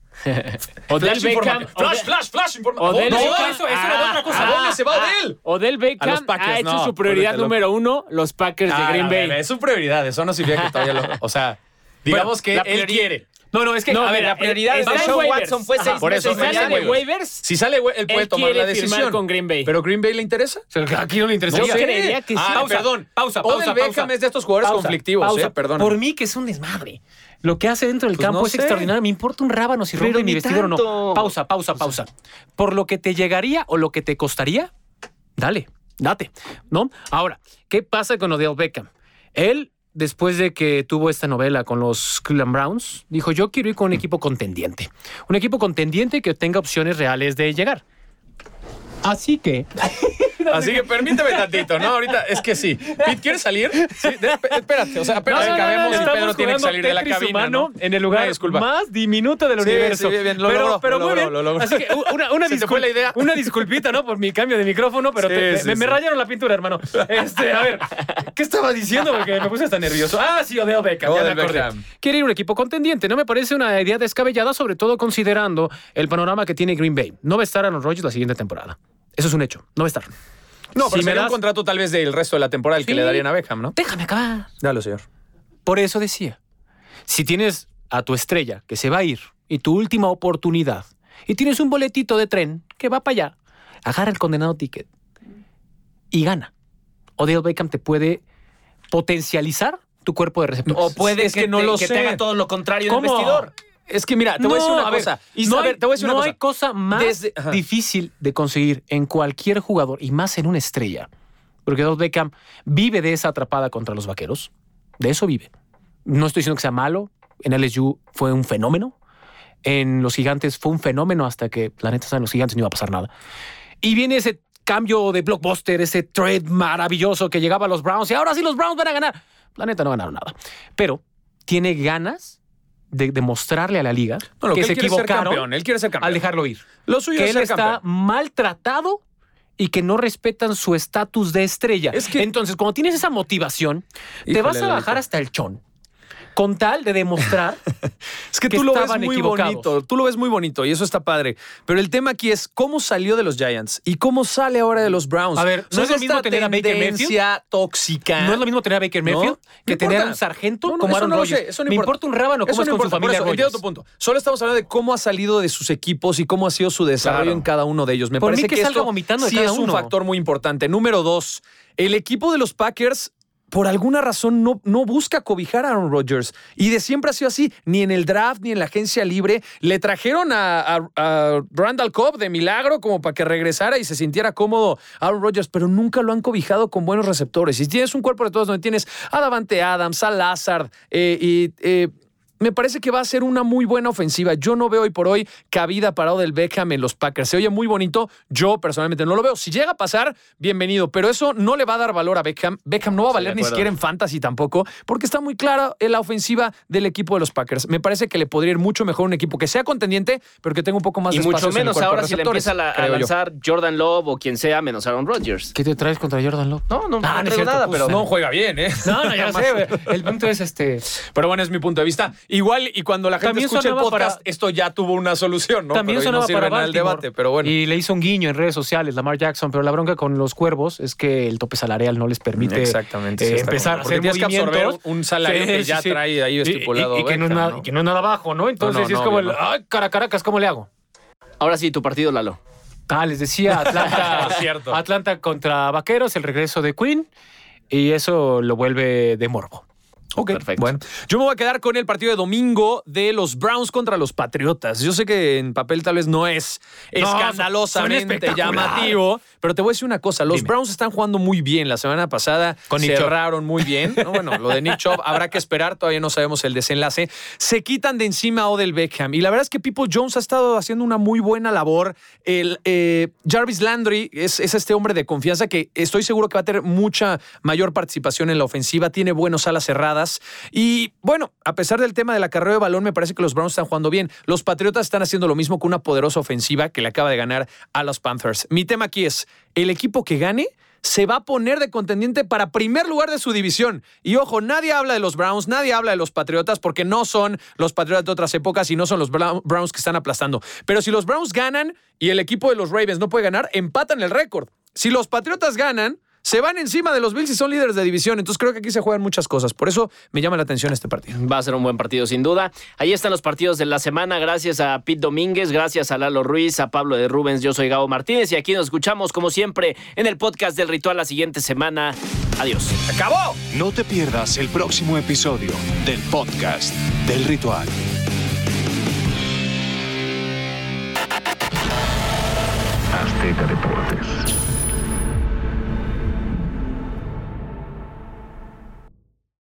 Speaker 8: Odell Beckham,
Speaker 4: informativo. Flash,
Speaker 8: Odell-
Speaker 4: flash, flash. informativo.
Speaker 8: Odell
Speaker 4: no,
Speaker 8: Beckham-
Speaker 4: eso, eso era de otra cosa. ¿A
Speaker 8: Ah,
Speaker 4: dónde se va
Speaker 8: ah,
Speaker 4: Odell?
Speaker 8: Odell
Speaker 4: A los
Speaker 8: Beckham
Speaker 4: Packers,
Speaker 8: ha hecho
Speaker 4: no,
Speaker 8: su prioridad
Speaker 4: vuélvete loco.
Speaker 8: número uno, los Packers de
Speaker 4: Ah,
Speaker 8: Green
Speaker 4: no,
Speaker 8: Bay.
Speaker 4: bebé, Es su prioridad. Eso no significa que todavía lo. O sea, digamos
Speaker 8: la
Speaker 4: que él
Speaker 8: priori-
Speaker 4: quiere.
Speaker 5: No, no, es que
Speaker 8: No,
Speaker 3: a ver,
Speaker 8: mira,
Speaker 3: la prioridad
Speaker 8: eh,
Speaker 3: de
Speaker 8: está en
Speaker 3: Sean
Speaker 8: waivers.
Speaker 3: Watson fue
Speaker 8: Ajá,
Speaker 3: seis
Speaker 4: por eso
Speaker 8: Si
Speaker 3: meses
Speaker 4: está en
Speaker 8: sale
Speaker 3: allá.
Speaker 8: de waivers,
Speaker 4: Si sale, güey, él puede
Speaker 8: Él
Speaker 4: tomar
Speaker 8: quiere
Speaker 4: la
Speaker 8: firmar
Speaker 4: decisión.
Speaker 8: con Green Bay.
Speaker 4: ¿Pero Green Bay le interesa?
Speaker 5: ¿A quién no le interesa?
Speaker 8: Yo creería que sí.
Speaker 4: Ah,
Speaker 8: Pausa,
Speaker 4: perdón.
Speaker 5: pausa,
Speaker 4: Odell
Speaker 5: pausa,
Speaker 4: Beckham
Speaker 5: pausa.
Speaker 4: es de estos jugadores
Speaker 5: Pausa,
Speaker 4: conflictivos,
Speaker 5: pausa.
Speaker 4: eh, perdón.
Speaker 5: Por mí que es un desmadre. Lo que hace dentro del
Speaker 4: Pues
Speaker 5: campo
Speaker 4: no
Speaker 5: es
Speaker 4: sé.
Speaker 5: extraordinario. Me importa un rábano si rompe mi
Speaker 3: ni
Speaker 5: vestidor o
Speaker 3: tanto.
Speaker 5: no. Pausa, pausa, pausa. Por lo que te llegaría o lo que te costaría, dale, date, ¿no? Ahora, ¿qué pasa con Odell Beckham? Él, después de que tuvo esta novela con los Cleveland Browns, dijo, yo quiero ir con un equipo contendiente. Un equipo contendiente que tenga opciones reales de llegar. Así que...
Speaker 4: Así que permíteme tantito, ¿no? Ahorita es que sí. Pete, ¿quieres salir? Sí, de- esp- espérate, o sea, apenas
Speaker 5: No, no, no,
Speaker 4: acabemos
Speaker 5: no,
Speaker 4: y
Speaker 5: estamos
Speaker 4: Pedro tiene que
Speaker 5: jugando
Speaker 4: salir de la
Speaker 5: Tetris
Speaker 4: cabina.
Speaker 5: humano
Speaker 4: ¿no?
Speaker 5: En el lugar
Speaker 4: Una disculpa.
Speaker 5: más diminuto del
Speaker 4: Sí,
Speaker 5: universo.
Speaker 4: sí, bien, bien, lo
Speaker 5: pero,
Speaker 4: logró, lo
Speaker 5: pero muy
Speaker 4: logró,
Speaker 5: bien.
Speaker 4: lo logró.
Speaker 5: Así que u- una, una,
Speaker 4: Se te fue
Speaker 5: discul-
Speaker 4: la idea.
Speaker 5: una disculpita, ¿no? Por mi cambio de micrófono, pero
Speaker 4: Sí,
Speaker 5: te-
Speaker 4: sí,
Speaker 5: me, me
Speaker 4: sí.
Speaker 5: rayaron la pintura, hermano. Este, a ver, ¿qué estaba diciendo? Porque me puse hasta nervioso. Ah, sí, Odell Beckham. ya
Speaker 4: Odell
Speaker 5: me acordé.
Speaker 4: Beckham.
Speaker 5: Quiere ir un equipo contendiente. No me parece una idea descabellada, sobre todo considerando el panorama que tiene Green Bay. No va a estar Aaron Rodgers la siguiente temporada. Eso es un hecho. No va a estar.
Speaker 4: No, pero
Speaker 5: Si me
Speaker 4: sería un
Speaker 5: das-
Speaker 4: contrato tal vez del resto de la temporada el que
Speaker 5: Sí.
Speaker 4: le darían a Beckham, ¿no?
Speaker 5: Déjame acabar.
Speaker 4: Dale, señor.
Speaker 5: Por eso decía, si tienes a tu estrella que se va a ir y tu última oportunidad, y tienes un boletito de tren que va para allá, agarra el condenado ticket y gana. Odell Beckham te puede potencializar tu cuerpo de receptores.
Speaker 3: O puede
Speaker 4: Es
Speaker 3: que,
Speaker 4: que no
Speaker 3: te,
Speaker 4: lo
Speaker 3: que te
Speaker 4: sé.
Speaker 3: haga todo lo contrario en el
Speaker 5: ¿Cómo?
Speaker 3: vestidor.
Speaker 4: Es que mira, te voy a decir
Speaker 5: No,
Speaker 4: una
Speaker 5: ver,
Speaker 4: cosa.
Speaker 5: y no
Speaker 4: a
Speaker 5: hay-
Speaker 4: ver, te voy a decir
Speaker 5: no
Speaker 4: una
Speaker 5: hay
Speaker 4: cosa.
Speaker 5: cosa más
Speaker 4: Desde- ajá.
Speaker 5: difícil de conseguir en cualquier jugador y más en una estrella. Porque Odell Beckham vive de esa atrapada contra los vaqueros. De eso vive. No estoy diciendo que sea malo. En LSU fue un fenómeno. En los gigantes fue un fenómeno hasta que, la neta, en los gigantes no iba a pasar nada. Y viene ese cambio de blockbuster, ese trade maravilloso que llegaba a los Browns y ahora sí los Browns van a ganar. La neta no ganaron nada. Pero tiene ganas de demostrarle a la liga
Speaker 4: No, lo
Speaker 5: que,
Speaker 4: él
Speaker 5: se
Speaker 4: quiere ser campeón,
Speaker 5: equivocaron
Speaker 4: él quiere ser
Speaker 5: al
Speaker 4: campeón.
Speaker 5: dejarlo ir.
Speaker 4: Lo suyo
Speaker 5: Que
Speaker 4: es
Speaker 5: él
Speaker 4: ser
Speaker 5: está
Speaker 4: campeón.
Speaker 5: maltratado y que no respetan su estatus de estrella.
Speaker 4: Es que-
Speaker 5: Entonces, cuando tienes esa motivación, te
Speaker 4: Híjole,
Speaker 5: vas a
Speaker 4: Lalito.
Speaker 5: bajar hasta el chón. con tal de demostrar
Speaker 4: Es que,
Speaker 5: que
Speaker 4: tú lo ves
Speaker 5: estaban
Speaker 4: muy
Speaker 5: equivocados.
Speaker 4: bonito, tú lo ves muy bonito y eso está padre. Pero el tema aquí es cómo salió de los Giants y cómo sale ahora de los Browns.
Speaker 5: A ver,
Speaker 4: O sea,
Speaker 5: ¿no es lo
Speaker 4: esta
Speaker 5: mismo tener a Baker Mayfield?
Speaker 4: tendencia tóxica.
Speaker 5: No es lo mismo tener a Baker Mayfield
Speaker 4: No,
Speaker 5: que
Speaker 4: no
Speaker 5: tener a
Speaker 4: importa.
Speaker 5: un sargento
Speaker 4: No, no,
Speaker 5: como
Speaker 4: eso
Speaker 5: Aaron
Speaker 4: no lo
Speaker 5: Rodgers.
Speaker 4: sé, eso no
Speaker 5: Me
Speaker 4: importa.
Speaker 5: importa un rábano
Speaker 4: Eso
Speaker 5: cómo es
Speaker 4: no
Speaker 5: con su
Speaker 4: importa, por
Speaker 5: familia
Speaker 4: eso, entiendo tu
Speaker 5: Rodgers.
Speaker 4: punto. Solo estamos hablando de cómo ha salido de sus equipos y cómo ha sido su desarrollo
Speaker 5: Claro.
Speaker 4: en cada uno de ellos. Me
Speaker 5: Por mí
Speaker 4: parece
Speaker 5: que
Speaker 4: que
Speaker 5: salga
Speaker 4: esto
Speaker 5: vomitando de
Speaker 4: sí
Speaker 5: cada
Speaker 4: es un
Speaker 5: uno.
Speaker 4: factor muy importante. Número dos, el equipo de los Packers por alguna razón no, no busca cobijar a Aaron Rodgers. Y de siempre ha sido así, ni en el draft, ni en la agencia libre. Le trajeron a, a- a Randall Cobb de milagro como para que regresara y se sintiera cómodo Aaron Rodgers, pero nunca lo han cobijado con buenos receptores. Y tienes un cuerpo de todos donde tienes a Davante Adams, a Lazard eh, y... eh, me parece que va a ser una muy buena ofensiva. Yo no veo hoy por hoy cabida parado del Beckham en los Packers. Se oye muy bonito. Yo personalmente no lo veo. Si llega a pasar, bienvenido. Pero eso no le va a dar valor a Beckham. Beckham no va a valer ni siquiera en fantasy tampoco, porque está muy clara en la ofensiva del equipo de los Packers. Me parece que le podría ir mucho mejor un equipo que sea contendiente, pero que tenga un poco más
Speaker 3: Y
Speaker 4: de
Speaker 3: mucho
Speaker 4: espacios en el
Speaker 3: menos
Speaker 4: cuerpo de
Speaker 3: ahora si le
Speaker 4: receptores,
Speaker 3: empieza la- a
Speaker 4: creo yo.
Speaker 3: lanzar Jordan Love o quien sea, menos Aaron Rodgers.
Speaker 5: ¿Qué te traes contra Jordan Love?
Speaker 3: No, no, no,
Speaker 5: Ah, no
Speaker 3: traigo
Speaker 5: es cierto,
Speaker 3: nada,
Speaker 5: pues,
Speaker 3: pero.
Speaker 4: No juega bien, ¿eh?
Speaker 5: No, no, ya
Speaker 4: Jamás.
Speaker 5: sé. güey. El punto es este.
Speaker 4: Pero bueno, es mi punto de vista. Igual, y cuando la gente
Speaker 5: También
Speaker 4: escucha el
Speaker 5: sonaba para-
Speaker 4: podcast, esto ya tuvo una solución, ¿no?
Speaker 5: También
Speaker 4: pero y no
Speaker 5: sonaba
Speaker 4: sirve
Speaker 5: para
Speaker 4: nada el
Speaker 5: Baltimore.
Speaker 4: debate, pero bueno.
Speaker 5: Y le hizo un guiño en redes sociales Lamar Jackson, pero la bronca con los cuervos es que el tope salarial no les permite
Speaker 4: Exactamente, sí
Speaker 5: eh,
Speaker 4: está
Speaker 5: empezar
Speaker 4: como-
Speaker 5: a
Speaker 4: porque
Speaker 5: hacer
Speaker 4: tienes que
Speaker 5: movimientos.
Speaker 4: absorber un- un salario que ya trae ahí
Speaker 5: Y- y-
Speaker 4: estipulado
Speaker 5: Y, que no es
Speaker 4: Beckham,
Speaker 5: nada,
Speaker 4: ¿no?
Speaker 5: y que no es nada bajo, ¿no? Entonces
Speaker 4: no,
Speaker 5: es como, el,
Speaker 4: obvio,
Speaker 5: ay, cara, caracas, ¿cómo le hago?
Speaker 3: Ahora sí, tu partido, Lalo.
Speaker 5: Ah, les decía Atlanta,
Speaker 4: Por cierto.
Speaker 5: Atlanta contra Vaqueros, el regreso de Quinn, y eso lo vuelve de morbo.
Speaker 4: Ok,
Speaker 3: Perfecto.
Speaker 4: bueno. Yo me voy a quedar con el partido de domingo de los Browns contra los Patriotas. Yo sé que en papel tal vez no es escandalosamente llamativo, pero te voy a decir una cosa. Los Browns están jugando muy bien. La semana pasada
Speaker 5: Con Nick
Speaker 4: cerraron muy bien. No, bueno, lo de Nick Chubb habrá que esperar. Todavía no sabemos el desenlace. Se quitan de encima a Odell Beckham. Y la verdad es que People Jones ha estado haciendo una muy buena labor. El, eh, Jarvis Landry es, es este hombre de confianza que estoy seguro que va a tener mucha mayor participación en la ofensiva. Tiene buenos alas cerradas. Y bueno, a pesar del tema de la carrera de balón, me parece que los Browns están jugando bien. Los Patriotas están haciendo lo mismo con una poderosa ofensiva que le acaba de ganar a los Panthers. Mi tema aquí es, el equipo que gane se va a poner de contendiente para primer lugar de su división. Y ojo, nadie habla de los Browns, nadie habla de los Patriotas, porque no son los Patriotas de otras épocas y no son los Bra- Browns que están aplastando. Pero si los Browns ganan y el equipo de los Ravens no puede ganar, empatan el récord. Si los Patriotas ganan, se van encima de los Bills y son líderes de división. Entonces creo que aquí se juegan muchas cosas. Por eso me llama la atención este partido.
Speaker 3: Va a ser un buen partido, sin duda. Ahí están los partidos de la semana. Gracias a Pete Domínguez, gracias a Lalo Ruiz, a Pablo de Rubens. Yo soy Gabo Martínez y aquí nos escuchamos, como siempre, en el podcast del Ritual la siguiente semana. Adiós.
Speaker 4: ¡Acabó!
Speaker 2: No te pierdas el próximo episodio del podcast del ritual.
Speaker 1: Azteca Deportes.